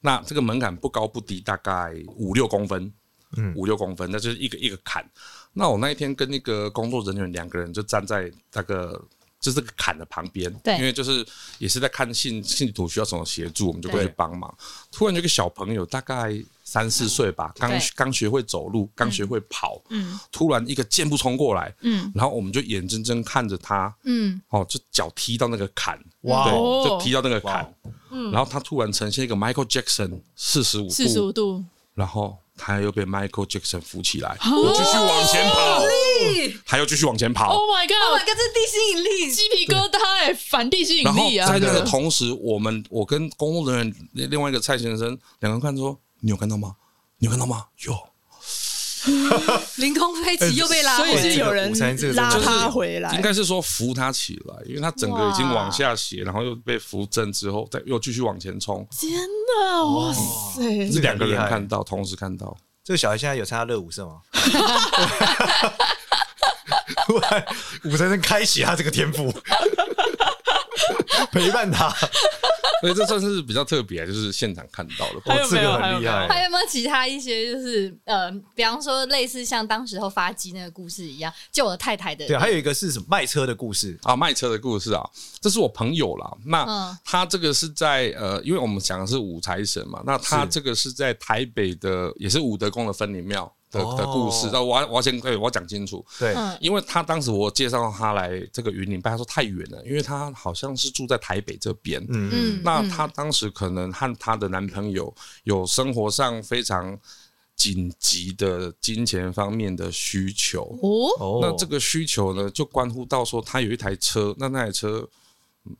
Speaker 4: 那这个门槛不高不低，大概五六公分，嗯，五六公分，那就是一个一个坎。那我那一天跟那个工作人员两个人就站在那个就是这个坎的旁边，
Speaker 2: 对
Speaker 4: 因为就是也是在看信信徒需要什么协助，我们就过去
Speaker 3: 对
Speaker 4: 帮忙。突然有一个小朋友，大概三四岁吧，刚
Speaker 2: 对
Speaker 4: 刚学会走路，刚学会跑，嗯，突然一个箭步冲过来，嗯，然后我们就眼睁睁看着他，
Speaker 2: 嗯，
Speaker 4: 哦，就脚踢到那个坎，
Speaker 3: 哇
Speaker 1: 哦
Speaker 4: 对，就踢到那个坎嗯
Speaker 3: 哇，
Speaker 4: 然后他突然呈现一个 Michael Jackson 四十五
Speaker 1: 四十
Speaker 4: 度，
Speaker 1: 五度，
Speaker 4: 然后他又被 Michael Jackson 扶起来，
Speaker 1: 啊
Speaker 4: 我继续往前跑，嗯他又继续往前跑
Speaker 1: Oh my
Speaker 2: Oh my
Speaker 1: god！
Speaker 2: god，这是地心引力，
Speaker 1: 鸡皮疙瘩哎、反地吸引
Speaker 4: 然后
Speaker 1: 力啊！
Speaker 4: 在那个
Speaker 1: 这
Speaker 4: 同时，我们我跟工作人员另另外一个蔡先生两个人看说：“你有看到吗？你有看到吗？有。”
Speaker 2: 凌空飞起又被拉
Speaker 1: 所
Speaker 2: 回
Speaker 1: 以
Speaker 2: 来，
Speaker 1: 是有人
Speaker 3: 午餐这个真的
Speaker 1: 拉
Speaker 3: 就是
Speaker 1: 他回来
Speaker 4: 应。该是说扶他起来，因为他整个已经往下斜，然后又被扶正之后，再又继续往前冲，
Speaker 1: 天哪，哇塞！
Speaker 4: 是两个
Speaker 3: 这个很
Speaker 4: 人
Speaker 3: 厉害
Speaker 4: 看到，同时看到。
Speaker 3: 这个小孩现在有参加热舞社吗？ 突然，武先生开启他这个天赋， 陪伴他，
Speaker 4: 所以这算是比较特别，就是现场看到的。
Speaker 1: 还有
Speaker 3: 这
Speaker 1: 没有
Speaker 3: 个很厉
Speaker 1: 还有
Speaker 3: 害。
Speaker 2: 还有没有其他一些就是呃，比方说类似像当时候发鸡那个故事一样，救了太太的
Speaker 3: 对，还啊有一个是什么卖车的故事，
Speaker 4: 啊，卖车的故事啊，这是我朋友啦。
Speaker 2: 嗯
Speaker 4: 那他这个是在呃，因为我们讲的是五财神嘛，那他
Speaker 3: 是
Speaker 4: 这个是在台北的，也是武德宫的分灵庙的
Speaker 3: 哦
Speaker 4: 的故事。那我要我要先对我要讲清楚，
Speaker 3: 对，
Speaker 2: 嗯
Speaker 4: 因为他当时我介绍他来这个云林拜，他说太远了，因为他好像是住在台北这边。
Speaker 3: 嗯，
Speaker 2: 嗯，
Speaker 4: 那
Speaker 2: 嗯
Speaker 4: 她当时可能和她的男朋友有生活上非常紧急的金钱方面的需求，
Speaker 2: 哦，
Speaker 3: 哦
Speaker 4: 那这个需求呢，就关乎到说他有一台车，那那台车，嗯，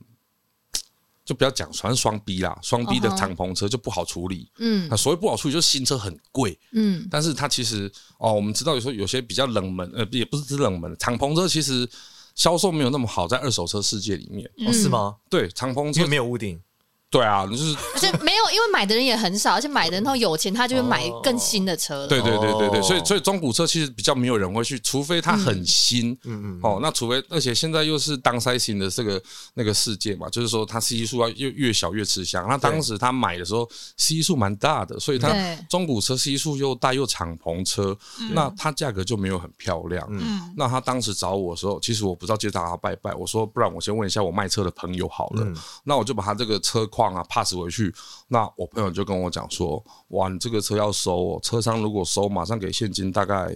Speaker 4: 就不要讲，反正双 B 啦，双 B 的
Speaker 2: 嗯哼
Speaker 4: 敞篷车就不好处理。
Speaker 2: 嗯
Speaker 4: 那所谓不好处理，就是新车很贵，
Speaker 2: 嗯
Speaker 4: 但是它其实哦，我们知道有时候有些比较冷门，呃，也不是指冷门，敞篷车其实销售没有那么好，在二手车世界里面，
Speaker 2: 嗯
Speaker 3: 哦是吗？
Speaker 4: 对，敞篷
Speaker 3: 因
Speaker 4: 车
Speaker 3: 为，没有屋顶，
Speaker 4: 对啊，就是
Speaker 2: 而且没有，因为买的人也很少，而且买的人他有钱，他就会买更新的车了。
Speaker 4: 对对对对对，
Speaker 3: 哦
Speaker 4: 所以所以中古车其实比较没有人会去，除非它很新，
Speaker 3: 嗯嗯，
Speaker 4: 哦，那除非而且现在又是当塞型的这个那个世界嘛，就是说它 C 数要越越小越吃香。那当时他买的时候 C 数蛮大的，所以它
Speaker 2: 对
Speaker 4: 中古车 C 数又大又敞篷车，那它价格就没有很漂亮。
Speaker 1: 嗯
Speaker 4: 那他当时找我的时候，其实我不知道介绍他拜拜，我说不然我先问一下我卖车的朋友好了。
Speaker 3: 嗯
Speaker 4: 那我就把他这个车况啊 pass 回去。那我朋友就跟我讲说，哇，你这个车要收、哦，车商如果收，马上给现金，大概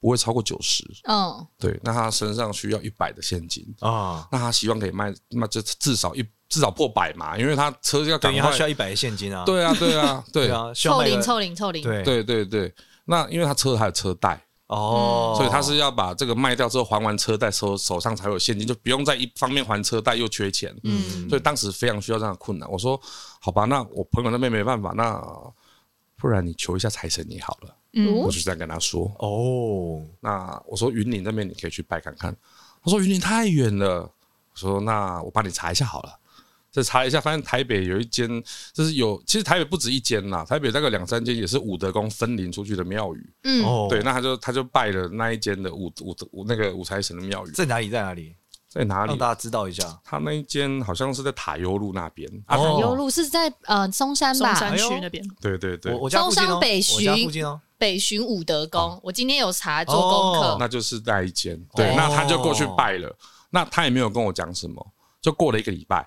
Speaker 4: 不会超过九十。
Speaker 2: 嗯，
Speaker 4: 对，那他身上需要一百的现金，
Speaker 3: 啊，
Speaker 4: 那他希望可以卖，那就至少一至少破百嘛，因为他车要赶
Speaker 3: 等于他需要
Speaker 4: 快。
Speaker 3: 一百现金啊，
Speaker 4: 对啊，对啊，对
Speaker 3: 对，啊，需要
Speaker 2: 凑
Speaker 3: 卖
Speaker 2: 零
Speaker 3: 个
Speaker 2: 凑零凑零，
Speaker 3: 对
Speaker 4: 对对对。那因为他车还有车贷，
Speaker 3: 哦，
Speaker 4: 所以他是要把这个卖掉之后还完车贷，手手上才有现金，就不用在一方面还车贷又缺钱。嗯，所以当时非常需要这样的困难。我说，好吧，那我朋友那边没办法，那不然你求一下财神爷好了。
Speaker 1: 嗯
Speaker 4: 我就这样跟他说。
Speaker 3: 哦，
Speaker 4: 那我说云林那边你可以去拜看看。他说云林太远了。我说那我帮你查一下好了。这查了一下，发现台北有一间，就是有，其实台北不止一间啦，台北大概两三间也是武德宫分灵出去的庙宇。
Speaker 2: 嗯，
Speaker 3: 哦，
Speaker 4: 对，那他就他就拜了那一间的武武武那个武财神的庙宇，
Speaker 3: 在哪里？在哪里？
Speaker 4: 在哪
Speaker 3: 让
Speaker 4: 里？
Speaker 3: 大家知道一下。
Speaker 4: 他那一间好像是在塔悠路那边啊。
Speaker 3: 哦
Speaker 2: 游路是在呃松山
Speaker 1: 松
Speaker 2: 吧
Speaker 1: 山，
Speaker 4: 哎
Speaker 1: 区那边，
Speaker 4: 对对对
Speaker 3: 我，我家附近
Speaker 2: 中
Speaker 3: 哦，
Speaker 2: 山北巡
Speaker 3: 我家附近哦，
Speaker 2: 北巡武德宫。我今天有查做功
Speaker 3: 哦
Speaker 2: 课，
Speaker 4: 哦那就是那一间。对，
Speaker 3: 哦
Speaker 4: 那他就过去拜了。那他也没有跟我讲什么，就过了一个礼拜，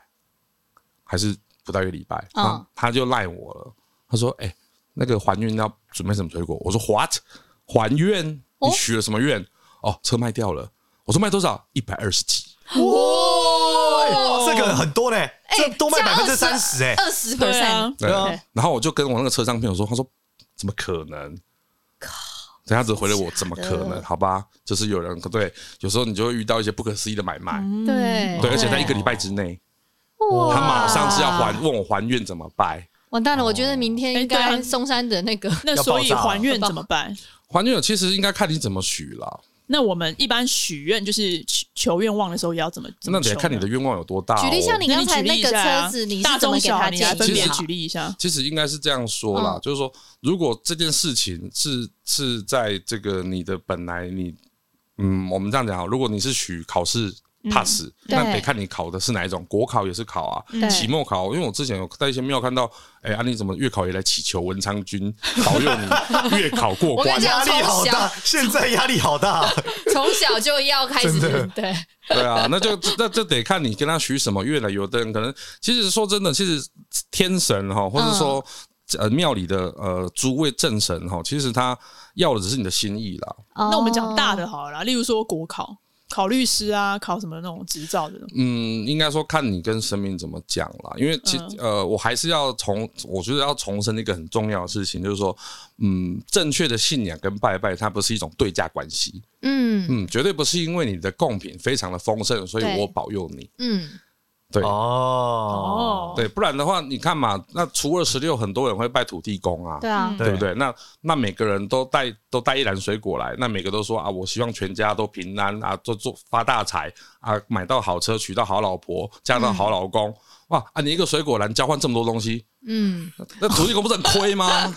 Speaker 4: 还是不到一个礼拜，
Speaker 2: 嗯
Speaker 4: 啊，他就赖我了。他说：“哎、那个还愿要准备什么水果？”我说：“What？还愿？
Speaker 2: 哦
Speaker 4: 你许了什么愿？哦，车卖掉了。”我说：“卖多少？一百二十几。
Speaker 3: 哇，这个很多呢，这多卖百分之三十
Speaker 2: 哎
Speaker 3: 哎，
Speaker 2: 二十
Speaker 1: 对
Speaker 2: percent，
Speaker 1: 啊”，
Speaker 4: 对
Speaker 3: 啊
Speaker 4: 然后我就跟我那个车商朋友说：“他说怎么可能？”这样子回了我，怎么可能？好吧，就是有人对，有时候你就会遇到一些不可思议的买卖，
Speaker 5: 嗯
Speaker 2: 对
Speaker 4: 嗯对，而且在一个礼拜之内，
Speaker 2: 哇
Speaker 4: 他马上是要还问我还愿怎么办？
Speaker 2: 完蛋了，我觉得明天应
Speaker 1: 哎对
Speaker 2: 该
Speaker 5: 哦
Speaker 1: 啊
Speaker 2: 松山的那个
Speaker 1: 那
Speaker 3: 要
Speaker 1: 所
Speaker 3: 爆
Speaker 1: 以
Speaker 3: 炸了
Speaker 1: 还愿怎么办？
Speaker 4: 还愿其实应该看你怎么许啦，
Speaker 1: 那我们一般许愿就是求求愿望的时候，也要怎么？怎
Speaker 4: 那
Speaker 1: 么
Speaker 4: 得
Speaker 1: 求
Speaker 4: 看你
Speaker 1: 呢
Speaker 4: 的愿望有多大、哦。
Speaker 2: 举例像你
Speaker 1: 那
Speaker 2: 刚才
Speaker 1: 举例
Speaker 2: 那
Speaker 1: 一
Speaker 2: 个
Speaker 1: 下啊
Speaker 2: 车子你
Speaker 1: 大
Speaker 2: 是怎么
Speaker 1: 中
Speaker 2: 给
Speaker 1: 小
Speaker 2: 他
Speaker 1: 你来
Speaker 2: 建
Speaker 1: 分
Speaker 2: 议
Speaker 1: 别
Speaker 2: 好
Speaker 1: 举例一下。
Speaker 4: 其实应该是这样说啦，
Speaker 2: 嗯
Speaker 4: 就是说，如果这件事情是是在这个你的本来你，嗯，我们这样讲啊，如果你是许考试 pass，、那
Speaker 2: 嗯对嗯
Speaker 4: 得看你考的是哪一种，国考也是考啊，
Speaker 2: 对
Speaker 4: 期末考，因为我之前有在一些庙看到，哎、啊你怎么月考也来祈求文昌君保佑 你月考过
Speaker 2: 我跟
Speaker 4: 关
Speaker 2: 你？讲
Speaker 3: 压力好大，现在压力好大，
Speaker 2: 从小就要开始
Speaker 3: 真的
Speaker 2: 对，
Speaker 4: 对啊，那就那就得看你跟他许什么愿了。有的人可能，其实说真的，其实天神哈，或者说、呃庙里的呃诸位正神哈，其实他要的只是你的心意啦。
Speaker 5: 哦
Speaker 2: 那
Speaker 1: 那我们讲大的好了啦，例如说国考，考律师啊，考什么那种执照的，
Speaker 4: 嗯，应该说看你跟神明怎么讲啦。因为其、呃，我还是要重，我觉得要重申一个很重要的事情，就是说，嗯，正确的信仰跟拜拜，它不是一种对价关系。
Speaker 2: 嗯
Speaker 4: 嗯，绝对不是因为你的贡品非常的丰盛，所以
Speaker 2: 对
Speaker 4: 我保佑你。
Speaker 2: 嗯
Speaker 4: 对
Speaker 1: 哦，
Speaker 3: 哦，
Speaker 4: 对，不然的话，你看嘛，那除了十六，很多人会拜土地公啊，
Speaker 5: 对啊，
Speaker 4: 对不对？那那每个人都带都带一篮水果来，那每个都说啊，我希望全家都平安啊，做做发大财啊，买到好车，娶到好老婆，嫁到好老公。哇啊！你一个水果篮交换这么多东西，
Speaker 2: 嗯，
Speaker 4: 那土地公不是很亏吗？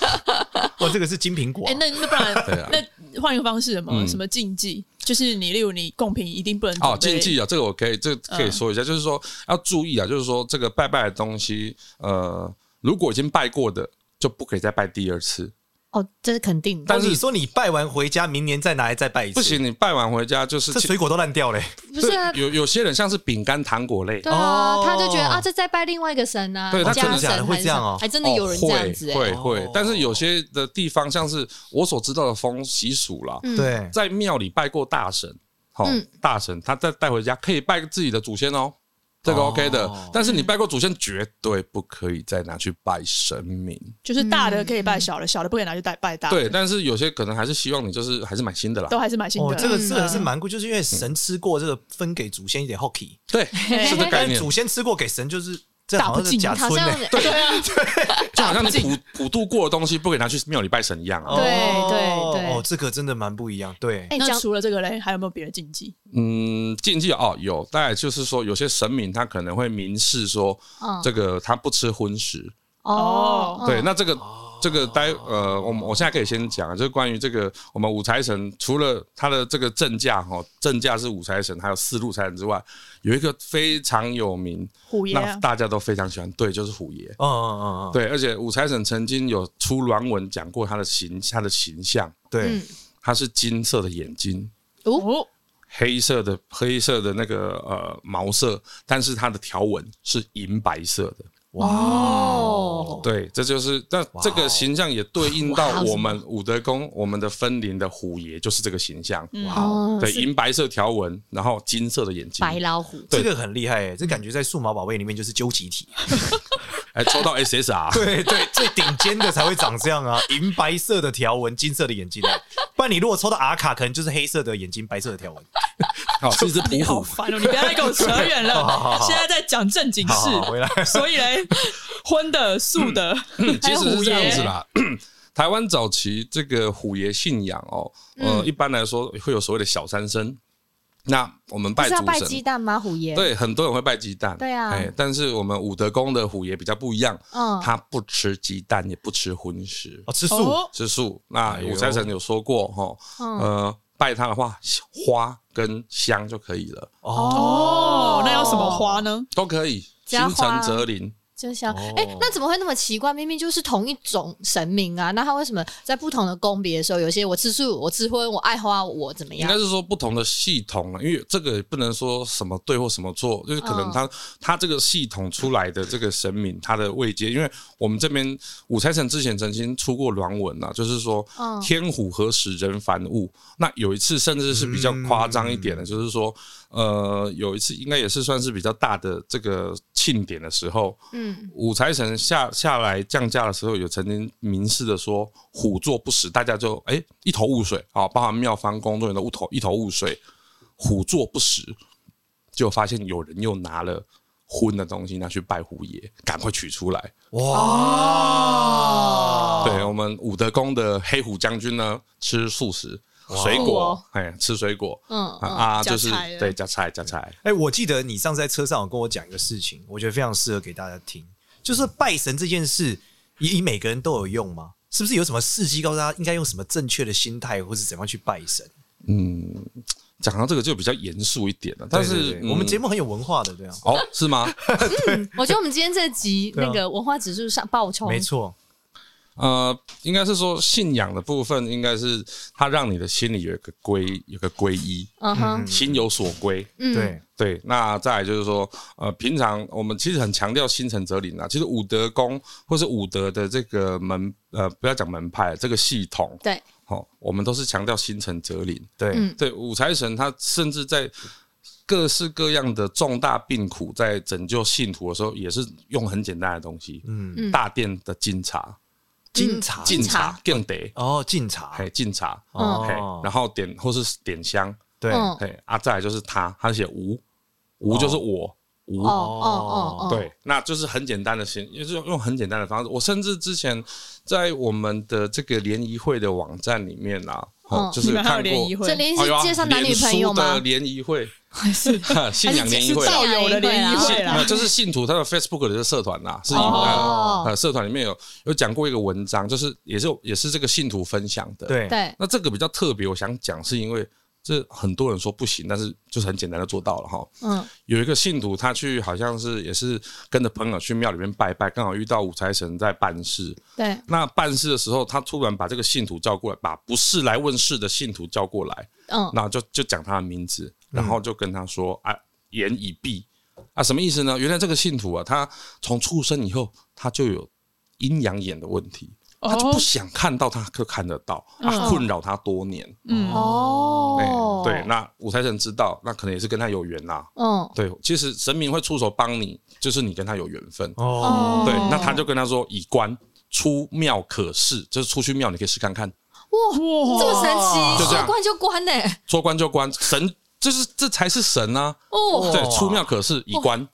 Speaker 3: 哇，这个是金苹果啊
Speaker 1: 哎、，那那不然、
Speaker 4: 对啊
Speaker 1: 那换一个方式什么、
Speaker 4: 嗯
Speaker 1: 什么禁忌？就是你，例如你贡品一定不能
Speaker 4: 哦，
Speaker 1: 准
Speaker 4: 禁
Speaker 1: 备
Speaker 4: 忌啊，这个我可以，这个可以
Speaker 1: 嗯
Speaker 4: 说一下，就是说要注意啊，就是说这个拜拜的东西，呃，如果已经拜过的，就不可以再拜第二次。
Speaker 5: 哦，这是肯定的。
Speaker 4: 但是
Speaker 3: 哦你说你拜完回家，明年再拿来再拜一次，
Speaker 4: 不，行，你拜完回家就是
Speaker 3: 这水果都烂掉嘞。
Speaker 2: 哦
Speaker 5: 不是啊，
Speaker 4: 有有些人像是饼干、糖果类，
Speaker 5: 对啊，
Speaker 3: 哦
Speaker 5: 他就觉得啊，这在拜另外一个神啊，
Speaker 4: 对他
Speaker 2: 家
Speaker 4: 真的
Speaker 2: 神
Speaker 3: 假
Speaker 2: 还
Speaker 3: 的会
Speaker 2: 是
Speaker 3: 这样
Speaker 2: 什么
Speaker 3: 哦
Speaker 2: 还真的有人这样子
Speaker 4: 哦
Speaker 2: 哎，
Speaker 4: 会会
Speaker 3: 哦
Speaker 4: 会，但是有些的地方，像是我所知道的风习俗啦，
Speaker 5: 嗯，
Speaker 3: 对，
Speaker 4: 在庙里拜过大神，好、
Speaker 2: 嗯
Speaker 4: 大神，他再带回家可以拜自己的祖先哦，这个
Speaker 3: 哦
Speaker 4: OK 的。但是你拜过祖先，绝对不可以再拿去拜神明。
Speaker 1: 就是大的可以拜小的，小的不可以拿去拜拜大
Speaker 2: 嗯
Speaker 1: 的，
Speaker 4: 对，但是有些可能还是希望你就是还是买新的啦。
Speaker 1: 都还是蛮新
Speaker 3: 哦
Speaker 1: 的。，
Speaker 3: 这个
Speaker 1: 嗯
Speaker 3: 这个是蛮酷，就是因为神吃过这个，分给祖先一点 hockey，
Speaker 4: 对，是这概
Speaker 3: 但是
Speaker 4: 念，
Speaker 3: 祖先吃过给神，就是这好像是假
Speaker 5: 好
Speaker 3: 村
Speaker 5: 像
Speaker 3: 嘞。
Speaker 5: 对
Speaker 2: 啊 嗯
Speaker 4: 就好像你普普渡过的东西，不可以拿去庙里拜神一样啊。
Speaker 3: 哦
Speaker 5: 对对
Speaker 3: 哦，这个真的蛮不一样。对，
Speaker 5: 哎
Speaker 1: 那
Speaker 5: 讲
Speaker 1: 除了这个嘞，还有没有别的禁忌？
Speaker 4: 嗯，禁忌哦有，大概就是说有些神明他可能会明示说，
Speaker 1: 哦
Speaker 2: 哦
Speaker 5: 嗯
Speaker 4: 这个他不吃荤食。
Speaker 5: 哦，
Speaker 4: 对，那这个这个待呃，我们我现在可以先讲，啊就是关于这个我们五财神，除了他的这个正价哈，正价是五财神，还有四路财神之外，有一个非常有名，
Speaker 1: 虎爷
Speaker 4: 那
Speaker 1: 啊，
Speaker 4: 大家都非常喜欢，对，就是虎爷。
Speaker 3: 嗯嗯嗯嗯，
Speaker 4: 对，而且五财神曾经有出软文讲过他的形，他的形象，
Speaker 2: 嗯
Speaker 3: 对，
Speaker 4: 他是金色的眼睛，
Speaker 1: 哦，
Speaker 4: 黑色的黑色的那个呃毛色，但是它的条纹是银白色的。
Speaker 3: 哇，
Speaker 4: 对，这就是那
Speaker 3: 哇哦
Speaker 4: 这个形象也对应
Speaker 5: 哇
Speaker 4: 到
Speaker 5: 哦
Speaker 4: 我们武德宫我们的分灵的虎爷就是这个形象，
Speaker 5: 哦
Speaker 4: 对，
Speaker 5: 是
Speaker 4: 银白色条纹，然后金色的眼睛，
Speaker 2: 白老虎，
Speaker 3: 这个很厉害哎，这感觉在数码宝贝里面就是究极体。
Speaker 4: 哎，抽到 SSR，
Speaker 3: 对对，最顶尖的才会长这样 啊，银白色的条纹，金色的眼睛啊。不然你如果抽到 R 卡，可能就是黑色的眼睛，白色的条纹。
Speaker 4: 好是一只
Speaker 1: 你
Speaker 4: 虎
Speaker 1: 好
Speaker 4: 虎，
Speaker 1: 烦哦！你不要再跟我扯远
Speaker 3: 好好好
Speaker 1: 了，
Speaker 3: 好
Speaker 1: 现在在讲正经
Speaker 3: 好好好
Speaker 1: 事。
Speaker 3: 回来，
Speaker 1: 所以嘞，荤的、素的，还
Speaker 4: 其
Speaker 1: 有
Speaker 4: 实
Speaker 1: 虎
Speaker 4: 是这样子
Speaker 1: 爷，
Speaker 4: 啦。台湾早期这个虎爷信仰哦，
Speaker 5: 嗯
Speaker 4: 呃，一般来说会有所谓的小三生。那我们
Speaker 5: 不
Speaker 4: 拜
Speaker 5: 是
Speaker 4: 主
Speaker 5: 要拜
Speaker 4: 神
Speaker 5: 鸡，蛋吗？虎爷，，
Speaker 4: 对，很多人会拜鸡蛋，
Speaker 5: 对啊
Speaker 4: 哎，但是我们武德宫的虎爷比较不一样，
Speaker 5: 嗯，
Speaker 4: 他不吃鸡蛋，也不吃荤食
Speaker 3: 哦，，吃素
Speaker 1: 哦，
Speaker 4: 吃素。那
Speaker 3: 哎呦
Speaker 4: 五财神有说过哈，
Speaker 5: 嗯
Speaker 4: 呃，拜他的话，花跟香就可以了，
Speaker 3: 哦，
Speaker 1: 哦，那要什么花呢？
Speaker 4: 都可以。
Speaker 5: 只要
Speaker 4: 心
Speaker 5: 花
Speaker 4: 诚则灵，
Speaker 5: 就像
Speaker 3: 哦
Speaker 5: 哎，那怎么会那么奇怪？明明就是同一种神明啊，那他为什么在不同的宫别的时候，有些我吃素，我吃荤，我爱花，我怎么
Speaker 4: 应
Speaker 5: 样
Speaker 4: 该？是说不同的系统啊了，因为这个也不能说什么对或什么错，就是可能
Speaker 5: 嗯
Speaker 4: 他他这个系统出来的这个神明，他的位阶，因为我们这边五财神之前曾经出过软文啊，就是说
Speaker 5: 嗯
Speaker 4: 天虎何时人凡物？那有一次甚至是比较夸张一点的，就是说，呃，有一次应该也是算是比较大的这个庆典的时候，
Speaker 5: 嗯，
Speaker 4: 五财神下下来降价的时候，有曾经明示的说虎作不实，大家就哎、一头雾水啊，包含庙方工作人员都一头一头雾水，虎作不实，就发现有人又拿了荤的东西拿去拜虎爷，赶快取出来。
Speaker 5: 哦
Speaker 3: 哇，
Speaker 4: 啊对我们武德宫的黑虎将军呢，吃素食。水果，哎，吃水果，
Speaker 5: 嗯
Speaker 4: 啊啊，
Speaker 1: 加
Speaker 4: 就是
Speaker 1: 菜啊
Speaker 4: 对加菜加菜，
Speaker 3: 哎、我记得你上次在车上有跟我讲一个事情，我觉得非常适合给大家听，就是拜神这件事，以以每个人都有用吗？是不是有什么事迹告诉大家应该用什么正确的心态，或是怎么样去拜神？
Speaker 4: 嗯，讲到这个就比较严肃一点了，但
Speaker 3: 对
Speaker 4: 是
Speaker 3: 对对我们节
Speaker 4: 目
Speaker 3: 目很有文化的，对啊，
Speaker 4: 嗯哦是吗？
Speaker 5: 我觉得我们今天这集
Speaker 3: 对啊
Speaker 5: 那个文化指数上
Speaker 4: 啊
Speaker 5: 爆冲，
Speaker 3: 没错，
Speaker 4: 呃，应该是说信仰的部分，应该是它让你的心里有一个归，有个归依，
Speaker 5: 嗯哼，
Speaker 4: 心有所归。
Speaker 5: 嗯，
Speaker 3: 对，
Speaker 4: 对，那再来就是说，呃，平常我们其实很强调心诚则灵啊。其实武德宫或是武德的这个门，呃，不要讲门派，这个系统，
Speaker 5: 对，
Speaker 4: 哦，我们都是强调心诚则灵。
Speaker 3: 对，
Speaker 5: 嗯
Speaker 4: 对，五财神他甚至在各式各样的重大病苦，在拯救信徒的时候，也是用很简单的东西，
Speaker 3: 嗯，
Speaker 5: 嗯
Speaker 4: 大殿的敬茶，
Speaker 3: 敬茶，
Speaker 4: 敬茶更得。
Speaker 3: 哦，敬茶，
Speaker 4: 嘿，敬茶，
Speaker 3: 哦
Speaker 4: 嘿，然后点或是点香，
Speaker 3: 对，
Speaker 5: 嗯
Speaker 4: 嘿，啊，再来就是他，他写无，无就是我，无。
Speaker 5: 哦哦哦哦，
Speaker 4: 对，那就是很简单的形，就是用很简单的方式。我甚至之前在我们的这个联谊会的网站里面啊，哦
Speaker 5: 嗯，
Speaker 4: 就
Speaker 1: 你
Speaker 4: 是
Speaker 1: 们还有
Speaker 4: 看
Speaker 1: 联谊
Speaker 4: 过。
Speaker 1: 会
Speaker 5: 这联谊
Speaker 4: 哎呦啊
Speaker 5: 是介绍男女
Speaker 4: 脸书
Speaker 5: 朋友
Speaker 4: 的
Speaker 5: 吗？
Speaker 4: 联谊会，
Speaker 1: 还是
Speaker 4: 哈信仰联谊会
Speaker 5: 还
Speaker 4: 啊，
Speaker 1: 教友的联谊
Speaker 5: 啊
Speaker 1: 会
Speaker 4: 没有
Speaker 1: 啦？
Speaker 4: 就是信徒他的 Facebook 的这个社团呐、是一
Speaker 5: 哦
Speaker 4: 个呃社团里面有有讲过一个文章，就是也是也是这个信徒分享的。，
Speaker 3: 对，
Speaker 5: 对，
Speaker 4: 那这个比较特别，我想讲是因为这很多人说不行，但是就是很简单的做到了哈。
Speaker 5: 嗯，
Speaker 4: 有一个信徒，他去好像是也是跟着朋友去庙里面拜拜，刚好遇到五财神在办事。
Speaker 5: 对，
Speaker 4: 那办事的时候，他突然把这个信徒叫过来，把不是来问事的信徒叫过来，
Speaker 5: 嗯，
Speaker 4: 那就就讲他的名字，然后就跟他说啊，言已毕啊，什么意思呢？原来这个信徒啊，他从出生以后，他就有阴阳眼的问题，他就不
Speaker 1: 哦
Speaker 4: 想看到，他就看得到，
Speaker 1: 嗯
Speaker 4: 啊，困扰他多年。
Speaker 1: 嗯，
Speaker 2: 어.
Speaker 4: 哎
Speaker 5: 哦，
Speaker 4: 对，，那五财神知道，那可能也是跟他有缘呐。
Speaker 2: 어.
Speaker 5: 嗯，
Speaker 4: 对，其实神明会出手帮你，就是你跟他有缘分。
Speaker 3: 哦，
Speaker 4: 对，那他就跟他说以观。出庙可试，就是出去庙，你可以试看看，
Speaker 2: 어.
Speaker 5: 哇，这么神奇，
Speaker 4: 就这样
Speaker 5: 说关就关呢，
Speaker 4: 说关就关，神就是这才是神啊！
Speaker 2: 어.
Speaker 5: 哦，
Speaker 4: 对，出庙可是以观，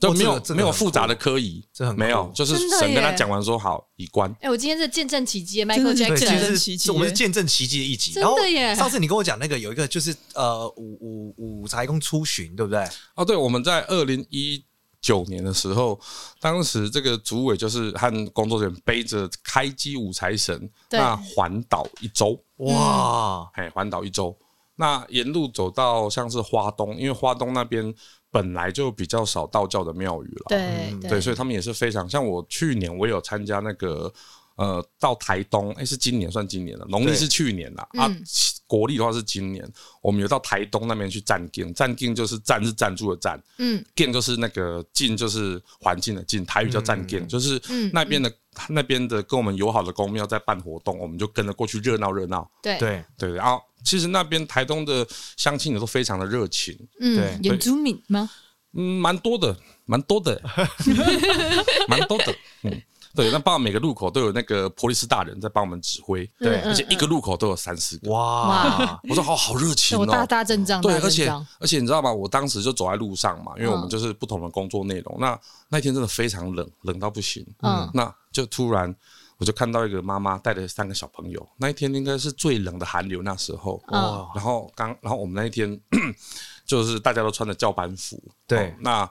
Speaker 4: 就
Speaker 3: 哦
Speaker 4: 没有、
Speaker 3: 这个这个
Speaker 4: 没有
Speaker 3: 很酷
Speaker 4: 复杂的科仪，
Speaker 3: 这很酷
Speaker 4: 没有，就是
Speaker 5: 真的
Speaker 4: 神跟他
Speaker 5: 耶
Speaker 4: 讲完说好以观，
Speaker 5: 哎，我今天这见证奇迹，Michael
Speaker 1: 真的
Speaker 3: 对，
Speaker 1: 见
Speaker 5: Jackson，
Speaker 1: 证奇
Speaker 3: 这是
Speaker 1: 迹
Speaker 3: 这我们是见证奇迹的一集。
Speaker 5: 真
Speaker 3: 然后
Speaker 5: 的耶
Speaker 3: 上次你跟我讲那个有一个就是呃五五五财宫出巡，对不对？
Speaker 4: 哦，对，我们在二零一九年的时候，当时这个主委就是和工作人员背着开机五财神，
Speaker 5: 对
Speaker 4: 那环岛一周，
Speaker 3: 哇，
Speaker 4: 哎，环岛一周，那沿路走到像是花东，因为花东那边本来就比较少道教的庙宇了，
Speaker 2: 네,
Speaker 5: 对
Speaker 4: 对，所以他们也是非常像我去年我也有参加那个呃到台东，哎、是今年算今年了，农历
Speaker 3: 对
Speaker 4: 是去年啦，啊
Speaker 5: 嗯，
Speaker 4: 国历的话是今年，我们有到台东那边去站定，站定就是站是站住的站，
Speaker 2: 음,
Speaker 5: 嗯，
Speaker 4: 定就是那个进就是环境的进，台语叫站定，就是
Speaker 5: 嗯
Speaker 4: 那边的、那边的跟我们友好的公庙在办活动，我们就跟着过去热闹热闹，
Speaker 5: 对，
Speaker 2: 네.
Speaker 3: 对，
Speaker 4: 对，然后其实那边台东的乡亲也都非常的热情，
Speaker 5: 嗯
Speaker 2: 음,
Speaker 3: 对，
Speaker 5: 原住民
Speaker 2: 뭐?
Speaker 5: 吗？
Speaker 4: 嗯，蛮多的，蛮多的， 蛮多的。嗯，对，那包括每个路口都有那个波利斯大人在帮我们指挥，
Speaker 3: 对
Speaker 5: 嗯
Speaker 4: 而且一个路口都有三四个。
Speaker 3: 哇，
Speaker 4: 我说好好热情
Speaker 5: 我大
Speaker 4: 哦。
Speaker 5: 大阵仗，
Speaker 4: 对，
Speaker 5: 大
Speaker 4: 而
Speaker 5: 阵
Speaker 4: 且
Speaker 5: 仗
Speaker 4: 而且你知道吗？我当时就走在路上嘛，因为我们
Speaker 5: 嗯
Speaker 4: 就是不同的工作内容。那那天真的非常冷，冷到不行。
Speaker 5: 嗯
Speaker 4: 那就突然我就看到一个妈妈带着三个小朋友，那一天应该是最冷的寒流那时候。
Speaker 5: 嗯
Speaker 4: 然后刚，然后我们那一天 就是大家都穿着教班服，
Speaker 3: 对
Speaker 4: 哦那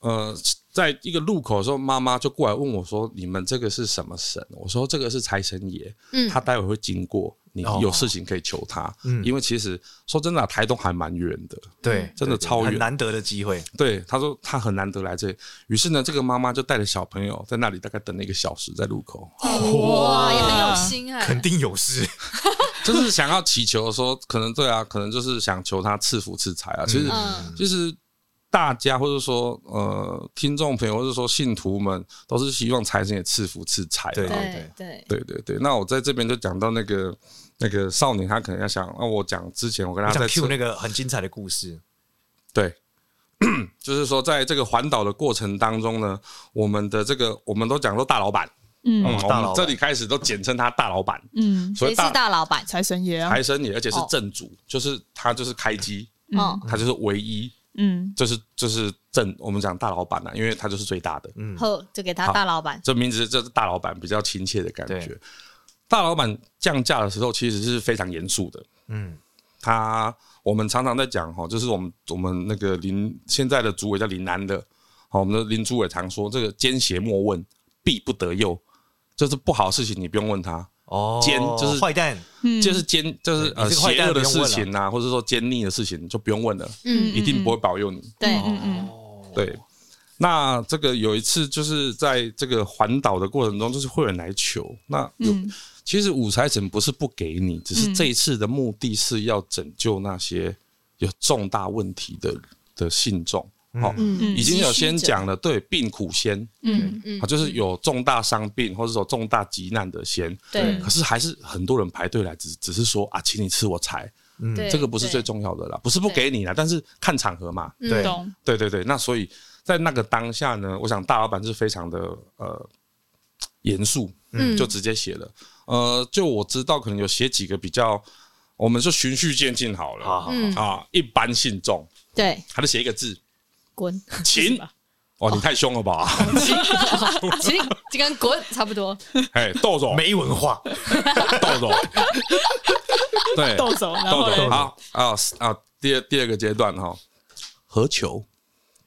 Speaker 4: 呃，在一个路口的时候，妈妈就过来问我说：“你们这个是什么神？”我说：“这个是财神爷，
Speaker 5: 嗯
Speaker 4: 他待会会经过，你
Speaker 3: 哦
Speaker 4: 有事情可以求他。
Speaker 3: 嗯
Speaker 4: 因为其实说真的啊、台东还蛮远的，
Speaker 3: 对，
Speaker 4: 真的
Speaker 3: 对对
Speaker 4: 超远
Speaker 3: 很难得的机会。
Speaker 4: 对，他说他很难得来这里，于是呢，这个妈妈就带着小朋友在那里大概等了一个小时，在 路口，
Speaker 1: 嗯 아.
Speaker 5: 哇，也很有心哎，
Speaker 3: 肯定有事，
Speaker 4: 就是想要祈求说，可能对啊，可能就是想求他赐福赐财啊。其
Speaker 2: 어.
Speaker 4: 实，
Speaker 5: 嗯
Speaker 4: 其实大家或者说呃，听众朋友或者说信徒们都是希望财神也赐福赐财啊。
Speaker 2: 네,
Speaker 3: 对
Speaker 5: 对对，
Speaker 4: 对对对，那我在这边就讲到那个那个少年，他可能要想，那、我讲之前我跟他
Speaker 3: 我想
Speaker 4: 在
Speaker 3: Q
Speaker 4: 车
Speaker 3: 那个很精彩的故事。
Speaker 4: 对， 就是说在这个环岛的过程当中呢，我们的这个我们都讲说大老板，
Speaker 1: 嗯
Speaker 4: 嗯，我
Speaker 3: 大老
Speaker 4: 们
Speaker 3: 板
Speaker 4: 这里开始都简称他大老板，
Speaker 1: 嗯，
Speaker 4: 所
Speaker 5: 谁
Speaker 4: 以
Speaker 2: 네,
Speaker 5: 是大老板？哦
Speaker 1: 财神爷啊，
Speaker 4: 财神爷，而且是正主，就是他就是开机，
Speaker 2: 어,
Speaker 5: 嗯，
Speaker 4: 他就是唯一，
Speaker 1: 嗯，
Speaker 4: 就是就是正我们讲大老板啊，因为他就是最大的，
Speaker 5: 后就给他大老板，
Speaker 4: 这名字就是大老板比较亲切的感觉
Speaker 3: 对。
Speaker 4: 大老板降价的时候其实是非常严肃的，
Speaker 3: 嗯，
Speaker 4: 他我们常常在讲哈，就是我们我们那个林现在的主委叫林南的，好，我们的林主委常说这个奸邪莫问，必不得佑，就是不好的事情你不用问他，
Speaker 3: 哦，
Speaker 4: 奸就是
Speaker 3: 坏蛋，
Speaker 5: 嗯
Speaker 1: 嗯
Speaker 4: 就是奸就是
Speaker 3: 你
Speaker 4: 呃
Speaker 3: 这个坏
Speaker 4: 邪
Speaker 3: 蛋
Speaker 4: 恶的
Speaker 3: 不用
Speaker 4: 事
Speaker 3: 问了
Speaker 4: 情啊，或者说奸佞的事情就不用问了，
Speaker 5: 嗯，
Speaker 2: 음,
Speaker 4: 一定不会保佑你。
Speaker 3: 哦
Speaker 2: 네.
Speaker 5: 对，
Speaker 3: 음,
Speaker 4: 对，那这个有一次就是在这个环岛的过程中，就是会有人来求，那
Speaker 1: 嗯
Speaker 4: 有、其实五财神不是不给你，只是这一次的目的是要拯救那些有重大问题的的信众。好、
Speaker 2: 음,
Speaker 5: 嗯
Speaker 4: 已经有先讲了，对，病苦先，
Speaker 1: 嗯
Speaker 2: 음.
Speaker 4: 啊，就是有重大伤病或者说重大急难的先，
Speaker 2: 네.
Speaker 5: 对
Speaker 4: 可是还是很多人排队来，只只是说啊，请你吃我财，
Speaker 5: 对，
Speaker 2: 네.
Speaker 4: 这个不是最重要的啦，不是不给你啦，但是看场合嘛，
Speaker 3: 对，
Speaker 1: 懂，
Speaker 4: 对对对，那所以在那个当下呢，我想大老板是非常的呃严肃，嗯，就直接写了。呃，就我知道，可能有写几个比较，我们就循序渐进好了。
Speaker 2: 嗯 음.
Speaker 3: 好好好
Speaker 4: 啊，一般信众，
Speaker 5: 对，
Speaker 2: 네,
Speaker 4: 他就写一个字，
Speaker 5: 滚，
Speaker 4: 秦。哦，你太凶了吧！
Speaker 1: 哦
Speaker 5: 请这跟滚差不多。
Speaker 4: 哎，豆总，
Speaker 3: 没文化，
Speaker 4: 豆总， 对，
Speaker 1: 豆走，然
Speaker 4: 豆
Speaker 1: 后嘞
Speaker 4: 总，好啊啊！第二第二个阶段哈，何求？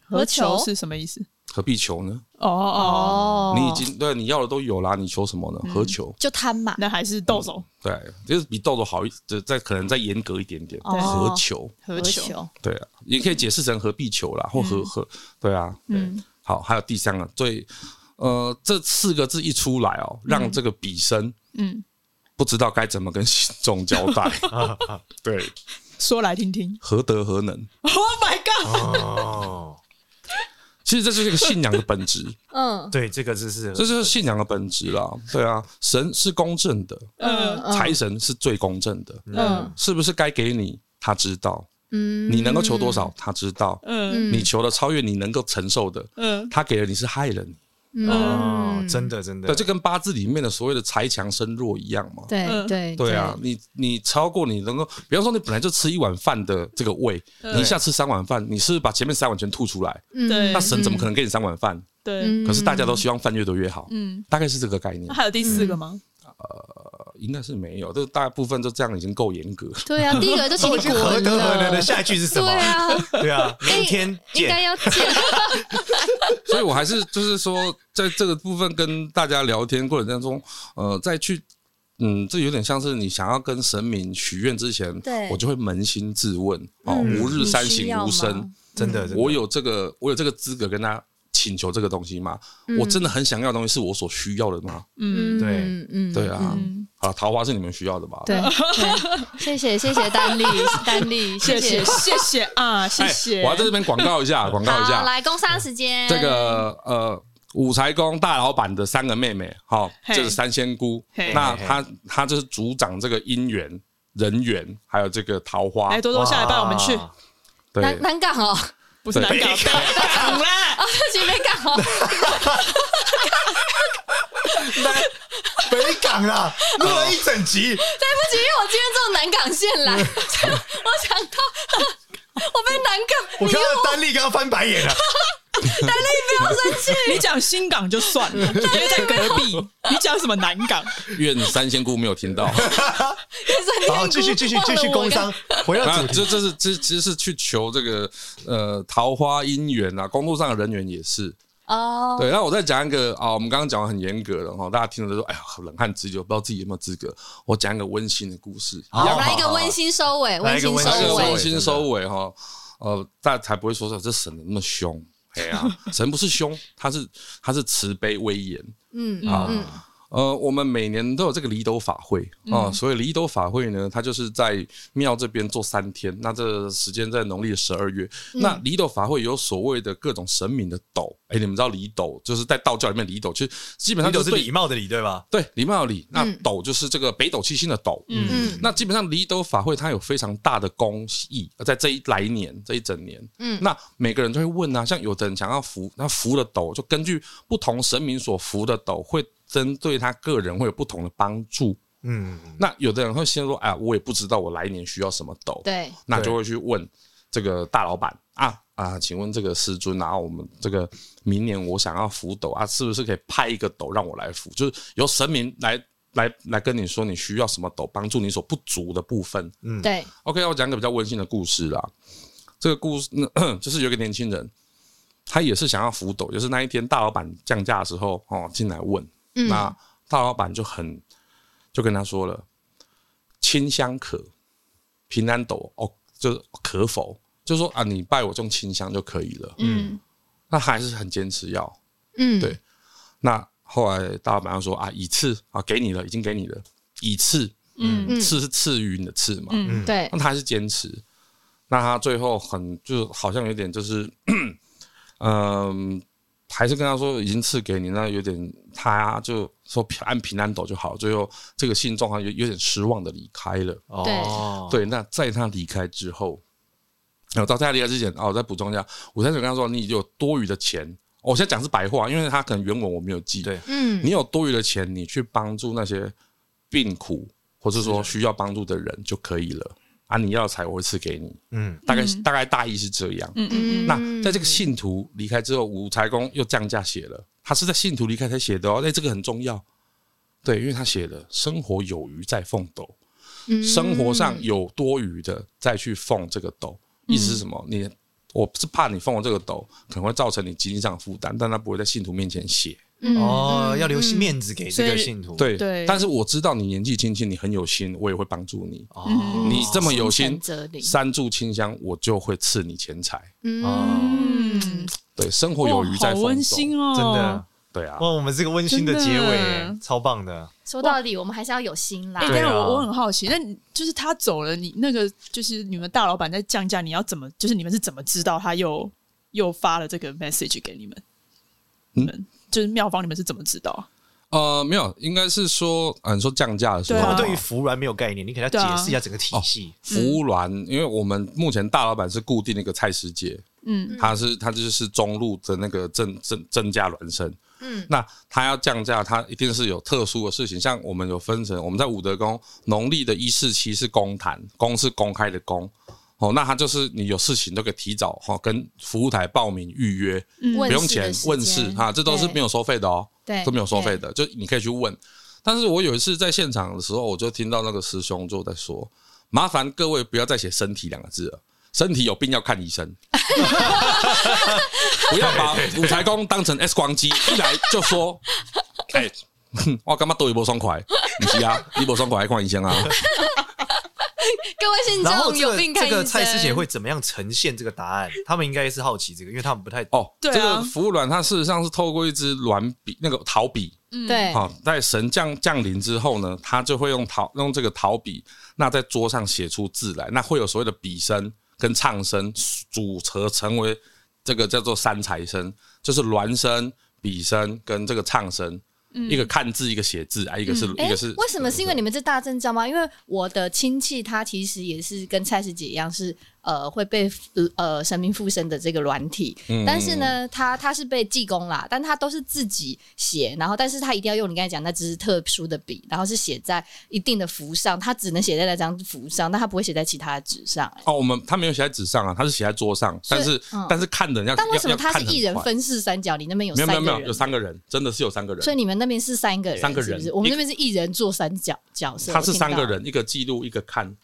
Speaker 1: 何求是什么意思？
Speaker 4: 何必求呢？
Speaker 1: 哦哦，嗯
Speaker 5: 哦
Speaker 4: 你已经对你要的都有啦，你求什么呢？何求？
Speaker 5: 就贪嘛，
Speaker 1: 那还是豆走
Speaker 4: 对，就是比豆豆好一，这再可能再严格一点点。
Speaker 5: 哦
Speaker 4: 何求？
Speaker 1: 何求？
Speaker 4: 对啊，也可以解释成何必求啦，或何何对啊。嗯，好，还有第三个最呃，这四个字一出来哦，让这个笔生
Speaker 1: 嗯，
Speaker 4: 不知道该怎么跟 信众交代。 对，
Speaker 1: 说来听听。
Speaker 4: 何德何能？
Speaker 1: Oh my god！
Speaker 3: 哦，
Speaker 4: 其实这就是一个信仰的本质，
Speaker 5: 嗯
Speaker 3: 对，这个就是
Speaker 4: 这就是信仰的本质啦。对啊，神是公正的，
Speaker 1: 嗯，
Speaker 5: 嗯
Speaker 4: 财神是最公正的，
Speaker 5: 嗯
Speaker 4: 是不是该给你？他知道
Speaker 5: 嗯，
Speaker 4: 你能够求多少，他知道
Speaker 1: 嗯
Speaker 5: 嗯？
Speaker 4: 你求的超越你能够承受的，
Speaker 1: 嗯
Speaker 4: 他给了你是害了你。
Speaker 3: 哦，真的真的，
Speaker 4: 对，这跟八字里面的所谓的财强身弱一样嘛。
Speaker 5: 对
Speaker 1: 嗯
Speaker 5: 对
Speaker 4: 对啊，，你你超过你能够，比方说你本来就吃一碗饭的这个胃，
Speaker 1: 嗯
Speaker 4: 你一下吃三碗饭，你是不是把前面三碗全吐出来？
Speaker 5: 嗯
Speaker 1: 对
Speaker 4: 那神怎么可能给你三碗饭？
Speaker 1: 对，
Speaker 5: 嗯
Speaker 4: 可是大家都希望饭越多越好，
Speaker 1: 嗯，
Speaker 4: 大概是这个概念
Speaker 1: 那。还有第四个吗？
Speaker 4: 呃应该是没有，这大部分就这样已经够严格了。
Speaker 5: 对啊，第一个就请你滚
Speaker 3: 何德何能的
Speaker 5: 了，
Speaker 3: 下一句是什
Speaker 5: 对
Speaker 3: 么？
Speaker 5: 啊，
Speaker 3: 对啊，明天
Speaker 5: 应该
Speaker 3: 见。
Speaker 5: 要见，
Speaker 4: 所以我还是就是说，在这个部分跟大家聊天过程当中，呃，再去。嗯，这有点像是你想要跟神明许愿之前，
Speaker 5: 对
Speaker 4: 我就会扪心自问哦，
Speaker 5: 嗯
Speaker 4: 吾日三省吾
Speaker 5: 你需要
Speaker 4: 身
Speaker 5: 吗，
Speaker 3: 真的，真的
Speaker 4: 我有这个，我有这个资格跟他请求这个东西吗？我真的很想要的东西是我所需要的吗？
Speaker 1: 嗯
Speaker 3: 对
Speaker 5: 嗯嗯
Speaker 4: 对啊
Speaker 1: 嗯，
Speaker 4: 啊，桃花是你们需要的吧？
Speaker 5: 对，对谢谢谢谢丹丽丹丽，
Speaker 1: 谢
Speaker 5: 谢
Speaker 1: 谢。谢谢啊，谢
Speaker 4: 哎，
Speaker 1: 谢。
Speaker 4: 我要在这边广告一下，广告一
Speaker 5: 好，
Speaker 4: 下，
Speaker 5: 来工商时间，
Speaker 4: 这个呃。五财宫大老板的三个妹妹，好、
Speaker 1: 嘿
Speaker 4: 这是三仙姑。
Speaker 1: 嘿
Speaker 4: 那她她就是主掌这个姻缘、人缘，还有这个桃花。
Speaker 1: 来哎多多下礼拜我们去，
Speaker 3: 哇
Speaker 4: 对
Speaker 5: 难，难港哦，
Speaker 1: 不是南港，北港 啦。
Speaker 5: 这集没港哦，
Speaker 3: 北港啦，录了一整集，
Speaker 5: 对不起，因为我今天坐南港线来，我想到我被南港，
Speaker 3: 我看到丹丽刚刚翻白眼了。
Speaker 5: 不要生气。
Speaker 1: 你讲新港就算了，因为在隔壁。你讲什么南港？
Speaker 4: 愿三仙姑没 有听到。
Speaker 3: 好，继续继续继
Speaker 5: 忘
Speaker 3: 续
Speaker 5: 了我
Speaker 3: 工商，回到
Speaker 4: 那
Speaker 3: 主题。
Speaker 4: 这这是这其实是去求这个呃桃花姻缘啊，工作上的人缘也是。
Speaker 5: 哦，
Speaker 4: 对，那我再讲一个啊，我们刚刚讲的很严格了哈，大家听了都说哎呀冷汗直流，不知道自己有没有资格。我讲一个温馨的故事，
Speaker 3: 好
Speaker 5: 我们来一个温馨收尾，温
Speaker 3: 来一个
Speaker 5: 馨
Speaker 3: 温
Speaker 5: 收
Speaker 3: 馨
Speaker 4: 来一个
Speaker 5: 尾
Speaker 4: 温。馨收尾哈，呃，大家才不会说说这神怎么那么凶。哎呀，神不是凶，他是他是慈悲威严。
Speaker 5: 嗯
Speaker 4: 啊
Speaker 5: 嗯
Speaker 4: 呃，我们每年都有这个离斗法会啊，所以离斗法会呢，它就是在庙这边做三天，那这时间在农历十二月。那离斗法会有所谓的各种神明的斗，哎、你们知道离斗就是在道教里面离斗，其实基本上
Speaker 3: 你
Speaker 4: 就
Speaker 3: 都
Speaker 4: 是
Speaker 3: 是
Speaker 4: 对
Speaker 3: 礼貌的礼，对吧？
Speaker 4: 对礼貌的礼，那斗就是这个北斗七星的斗，嗯。
Speaker 5: 嗯
Speaker 4: 那基本上离斗法会它有非常大的公益，在这一来年这一整年，嗯，那每个人都会问啊，像有的人想要扶，那扶的斗就根据不同神明所扶的斗，会针对他个人会有不同的帮助。
Speaker 3: 嗯，
Speaker 4: 那有的人会先说，哎，我也不知道我来年需要什么斗，
Speaker 5: 对，
Speaker 4: 那就会去问这个大老板啊啊，请问这个师尊啊，我们这个明年我想要扶斗啊，是不是可以派一个斗让我来扶？就是由神明来来来跟你说你需要什么斗，帮助你所不足的部分。
Speaker 3: 嗯
Speaker 5: 对，
Speaker 4: OK，我讲个比较温馨的故事啦。这个故事、嗯就是有一个年轻人，他也是想要扶斗，就是那一天大老板降价的时候哦进来问，
Speaker 5: 嗯
Speaker 4: 那大老板就很就跟他说了：“清香可平安斗哦，就是可否？就说啊，你拜我用清香就可以了。”
Speaker 5: 嗯
Speaker 4: 那他还是很坚持要。
Speaker 5: 嗯，
Speaker 4: 对那后来大老板就说：“啊，以次啊，给你了，已经给你了，以次，
Speaker 1: 嗯
Speaker 5: 嗯
Speaker 4: 次是赐予你的赐嘛。”
Speaker 1: 嗯
Speaker 5: 对
Speaker 4: 那他还是坚持。那他最后很就好像有点就是，嗯，还是跟他说已经赐给你，那有点他就说平按平安走就好。最后这个信众好像有有点失望的离开了。
Speaker 3: 哦，
Speaker 4: 对，那在他离开之后，我到他离开之前，哦，我再补充一下，我才想跟他说，你有多余的钱，哦我现在讲是白话，因为他可能原文我没有记。
Speaker 3: 对
Speaker 5: 嗯
Speaker 4: 你有多余的钱，你去帮助那些病苦或是说需要帮助的人就可以了。啊，你要财我会赐给你，
Speaker 3: 嗯，
Speaker 4: 大概、大概大意是这样。
Speaker 1: 嗯嗯
Speaker 4: 那在这个信徒离开之后，五财公又降价写了，他是在信徒离开才写的哦，哎，这个很重要。对，因为他写的“生活有余再奉斗”，生活上有多余的再去奉这个斗，意思是什么？你我是怕你奉了这个斗，可能会造成你经济上的负担，但他不会在信徒面前写。
Speaker 5: 嗯
Speaker 2: 嗯
Speaker 3: 哦，要留面子给这
Speaker 1: 所
Speaker 3: 个
Speaker 1: 以
Speaker 3: 信徒，，
Speaker 4: 对，
Speaker 1: 对
Speaker 4: 但是我知道你年纪轻轻，你很有心，我也会帮助你。
Speaker 3: 哦，
Speaker 4: 你这么有
Speaker 2: 心诚
Speaker 4: 心
Speaker 2: 则，灵
Speaker 4: 三炷清香，我就会赐你钱财。
Speaker 3: 哦，
Speaker 1: 嗯，
Speaker 4: 对，生活有余在
Speaker 1: 哇好
Speaker 4: 风
Speaker 1: 温
Speaker 4: 中。
Speaker 1: 馨哦，
Speaker 3: 真的，
Speaker 4: 对啊
Speaker 3: 哇，，我们这个温馨的结
Speaker 1: 真
Speaker 3: 尾
Speaker 1: 的，
Speaker 3: 超棒的。
Speaker 2: 说到底，我们还是要有心啦
Speaker 1: 哎、。
Speaker 3: 对
Speaker 1: 等一下
Speaker 3: 啊
Speaker 1: 我我很好奇，那你就是他走了，你那个就是你们大老板在降价，你要怎么？就是你们是怎么知道他又又发了这个 message 给你们？
Speaker 4: 嗯
Speaker 1: 你们就是妙方，你们是怎么知道？
Speaker 4: 呃，没有，应该是说，嗯、你说降价的时候，
Speaker 1: 对
Speaker 3: 我
Speaker 1: 啊
Speaker 3: 们对于服软没有概念，你给他解
Speaker 1: 对啊
Speaker 3: 释一下整个体系。
Speaker 4: 服务栏，因为我们目前大老板是固定那个菜市街，
Speaker 1: 嗯，
Speaker 4: 他是他就是中路的那个正正正价孪生，
Speaker 2: 嗯，
Speaker 4: 那他要降价，他一定是有特殊的事情，像我们有分成，我们在武德宫农历的一四七是公坛，公是公开的公。哦，那他就是你有事情都可以提早哈、哦，跟服务台报名预约，
Speaker 2: 问
Speaker 4: 不用
Speaker 2: 世的
Speaker 4: 钱
Speaker 2: 时，间
Speaker 4: 问世哈，这都是
Speaker 2: 对
Speaker 4: 没有收费的哦，
Speaker 2: 对
Speaker 4: 都没有收费的，就你可以去问。但是我有一次在现场的时候，我就听到那个师兄就在说：“麻烦各位不要再写‘身体’两个字了，身体有病要看医生， 不要把五台公当成 X 光机，一来就说，哎、哼我干嘛都一波爽快？不是啊，一波爽快还看医生啊？
Speaker 2: 各位信
Speaker 3: 然后
Speaker 2: 众
Speaker 3: 这
Speaker 2: 有
Speaker 3: 个
Speaker 2: 病看
Speaker 3: 这
Speaker 2: 医生。
Speaker 3: 个蔡师姐会怎么样呈现这个答案？他们应该是好奇这个，因为他们不太
Speaker 4: 哦，
Speaker 1: 对啊
Speaker 4: 这个服务卵它事实上是透过一支卵笔，那个陶笔，
Speaker 2: 对
Speaker 4: 好、在神降降临之后呢，他就会用陶用这个陶笔，那在桌上写出字来，那会有所谓的笔声跟唱声组合成为这个叫做三才声，就是鸾声、笔声跟这个唱声。一个看字，一个写字啊，一个是、一
Speaker 2: 哎
Speaker 4: 个是
Speaker 2: 嗯为什么？是因为你们这大阵仗吗？因为我的亲戚他其实也是跟蔡师姐一样是，呃会被呃呃神明附身的这个软体，
Speaker 4: 嗯
Speaker 2: 但是呢，他他是被济公啦，但他都是自己写，然后但是他一定要用你刚才讲那支特殊的笔，然后是写在一定的符上，他只能写在那张符上，但他不会写在其他的纸上、哎
Speaker 4: 哦，我们他没有写在纸上啊，他是写在桌上，
Speaker 2: 所以
Speaker 4: 但是、
Speaker 2: 嗯
Speaker 4: 但是看的人要
Speaker 2: 但为什么
Speaker 4: 要要
Speaker 2: 他
Speaker 4: 看
Speaker 2: 是
Speaker 4: 得很
Speaker 2: 一人
Speaker 4: 快
Speaker 2: 分饰三角？你那边有
Speaker 4: 没有
Speaker 2: 三个
Speaker 4: 没有
Speaker 2: 人，
Speaker 4: 没有有三个人，真的是有三个人，
Speaker 2: 所以你们那边是三个人，
Speaker 4: 三个
Speaker 2: 是不是？
Speaker 4: 人
Speaker 2: 我们
Speaker 4: 一
Speaker 2: 那边是一人做三角角色，
Speaker 4: 他
Speaker 2: 我
Speaker 4: 是
Speaker 2: 听
Speaker 4: 三个
Speaker 2: 到啊
Speaker 4: 人，一个记录，一个看，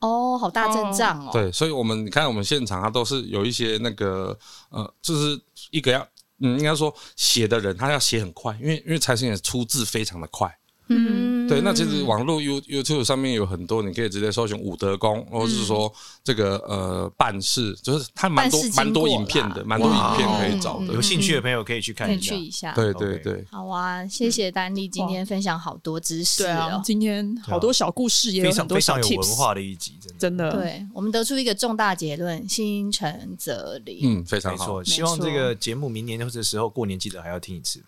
Speaker 2: 哦，好大阵仗哦，
Speaker 4: 对，所以我们你看我们现场，他都是有一些那个呃，就是一个要嗯，应该说写的人他要写很快，因为因为财神爷出字非常的快。
Speaker 2: 嗯，
Speaker 4: 对，那其实网络 You YouTube 上面有很多，你可以直接搜寻武德宫，或者是说这个呃办事，就是它蛮
Speaker 2: 嗯
Speaker 4: 多
Speaker 2: 办事经
Speaker 4: 蛮多
Speaker 2: 过
Speaker 4: 影片的，
Speaker 2: 啦
Speaker 4: 蛮多影
Speaker 3: 哇
Speaker 4: 片可以找
Speaker 2: 嗯
Speaker 4: 的
Speaker 3: 有。兴趣的啊朋友可以去看
Speaker 2: 可以
Speaker 3: 一下
Speaker 2: 去。一下。
Speaker 4: 对对
Speaker 3: OK
Speaker 4: 对，
Speaker 2: 好啊，谢谢丹丽今天分享好多知识
Speaker 1: 对啊
Speaker 2: 哦，。
Speaker 1: 今天好多小故事，也有
Speaker 3: 非
Speaker 1: 很
Speaker 3: 常
Speaker 1: 多
Speaker 3: 啊非
Speaker 1: 小
Speaker 3: 常有
Speaker 1: tips，
Speaker 3: 文化的一集，真的，
Speaker 1: 真的，
Speaker 2: 对我们得出一个重大结论：心诚则灵。
Speaker 4: 嗯，非常
Speaker 3: 没
Speaker 4: 好
Speaker 3: 错。。希望这个节目明年或者时候过年记得还要听一次，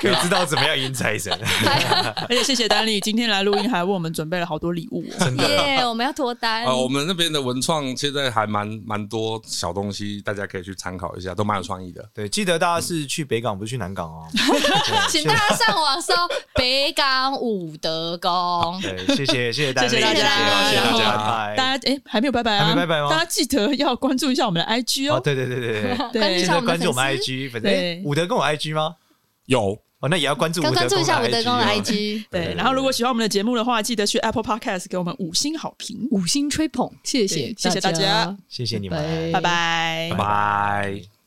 Speaker 3: 可以知道怎么样迎财神。
Speaker 1: 而且谢谢丹丽今天来录音，还为我们准备了好多礼物、哦。
Speaker 2: 耶，我们要脱单
Speaker 4: 啊，我们那边的文创现在还蛮蛮多小东西，大家可以去参考一下，都蛮有创意的。
Speaker 3: 对，记得大家是去北港，不是去南港哦。
Speaker 2: 请大家上网搜北港武德 宫。
Speaker 3: 对，谢谢谢谢大家，
Speaker 1: 谢谢大家
Speaker 3: 谢谢大
Speaker 1: 然
Speaker 3: 家，
Speaker 1: 后
Speaker 3: 拜拜。
Speaker 1: 大家哎、还没有拜拜啊？
Speaker 3: 还没拜拜吗
Speaker 1: 大家记得要关注一下我们的 IG 哦。
Speaker 3: 哦，对对对对对，
Speaker 2: 关注一
Speaker 1: 对
Speaker 3: 记
Speaker 2: 下
Speaker 3: 得
Speaker 2: 我们
Speaker 3: 关
Speaker 2: 的
Speaker 3: 注我们
Speaker 2: 粉丝，
Speaker 3: IG，反
Speaker 1: 对
Speaker 3: 正哎武德跟我 IG 吗？
Speaker 4: 有，
Speaker 3: 哦，那也要关注
Speaker 2: 刚
Speaker 3: 武德
Speaker 2: 关注一下武德宫
Speaker 3: 宫
Speaker 2: 的
Speaker 3: 的啊哦
Speaker 2: IG，
Speaker 1: 对，然后如果喜欢我们的节目的话，记得去 Apple Podcast 给我们五星好评。
Speaker 2: 五星吹捧，谢
Speaker 1: 谢谢大家，
Speaker 3: 谢谢你
Speaker 2: 拜
Speaker 3: 们，
Speaker 1: 拜拜。
Speaker 4: 拜拜。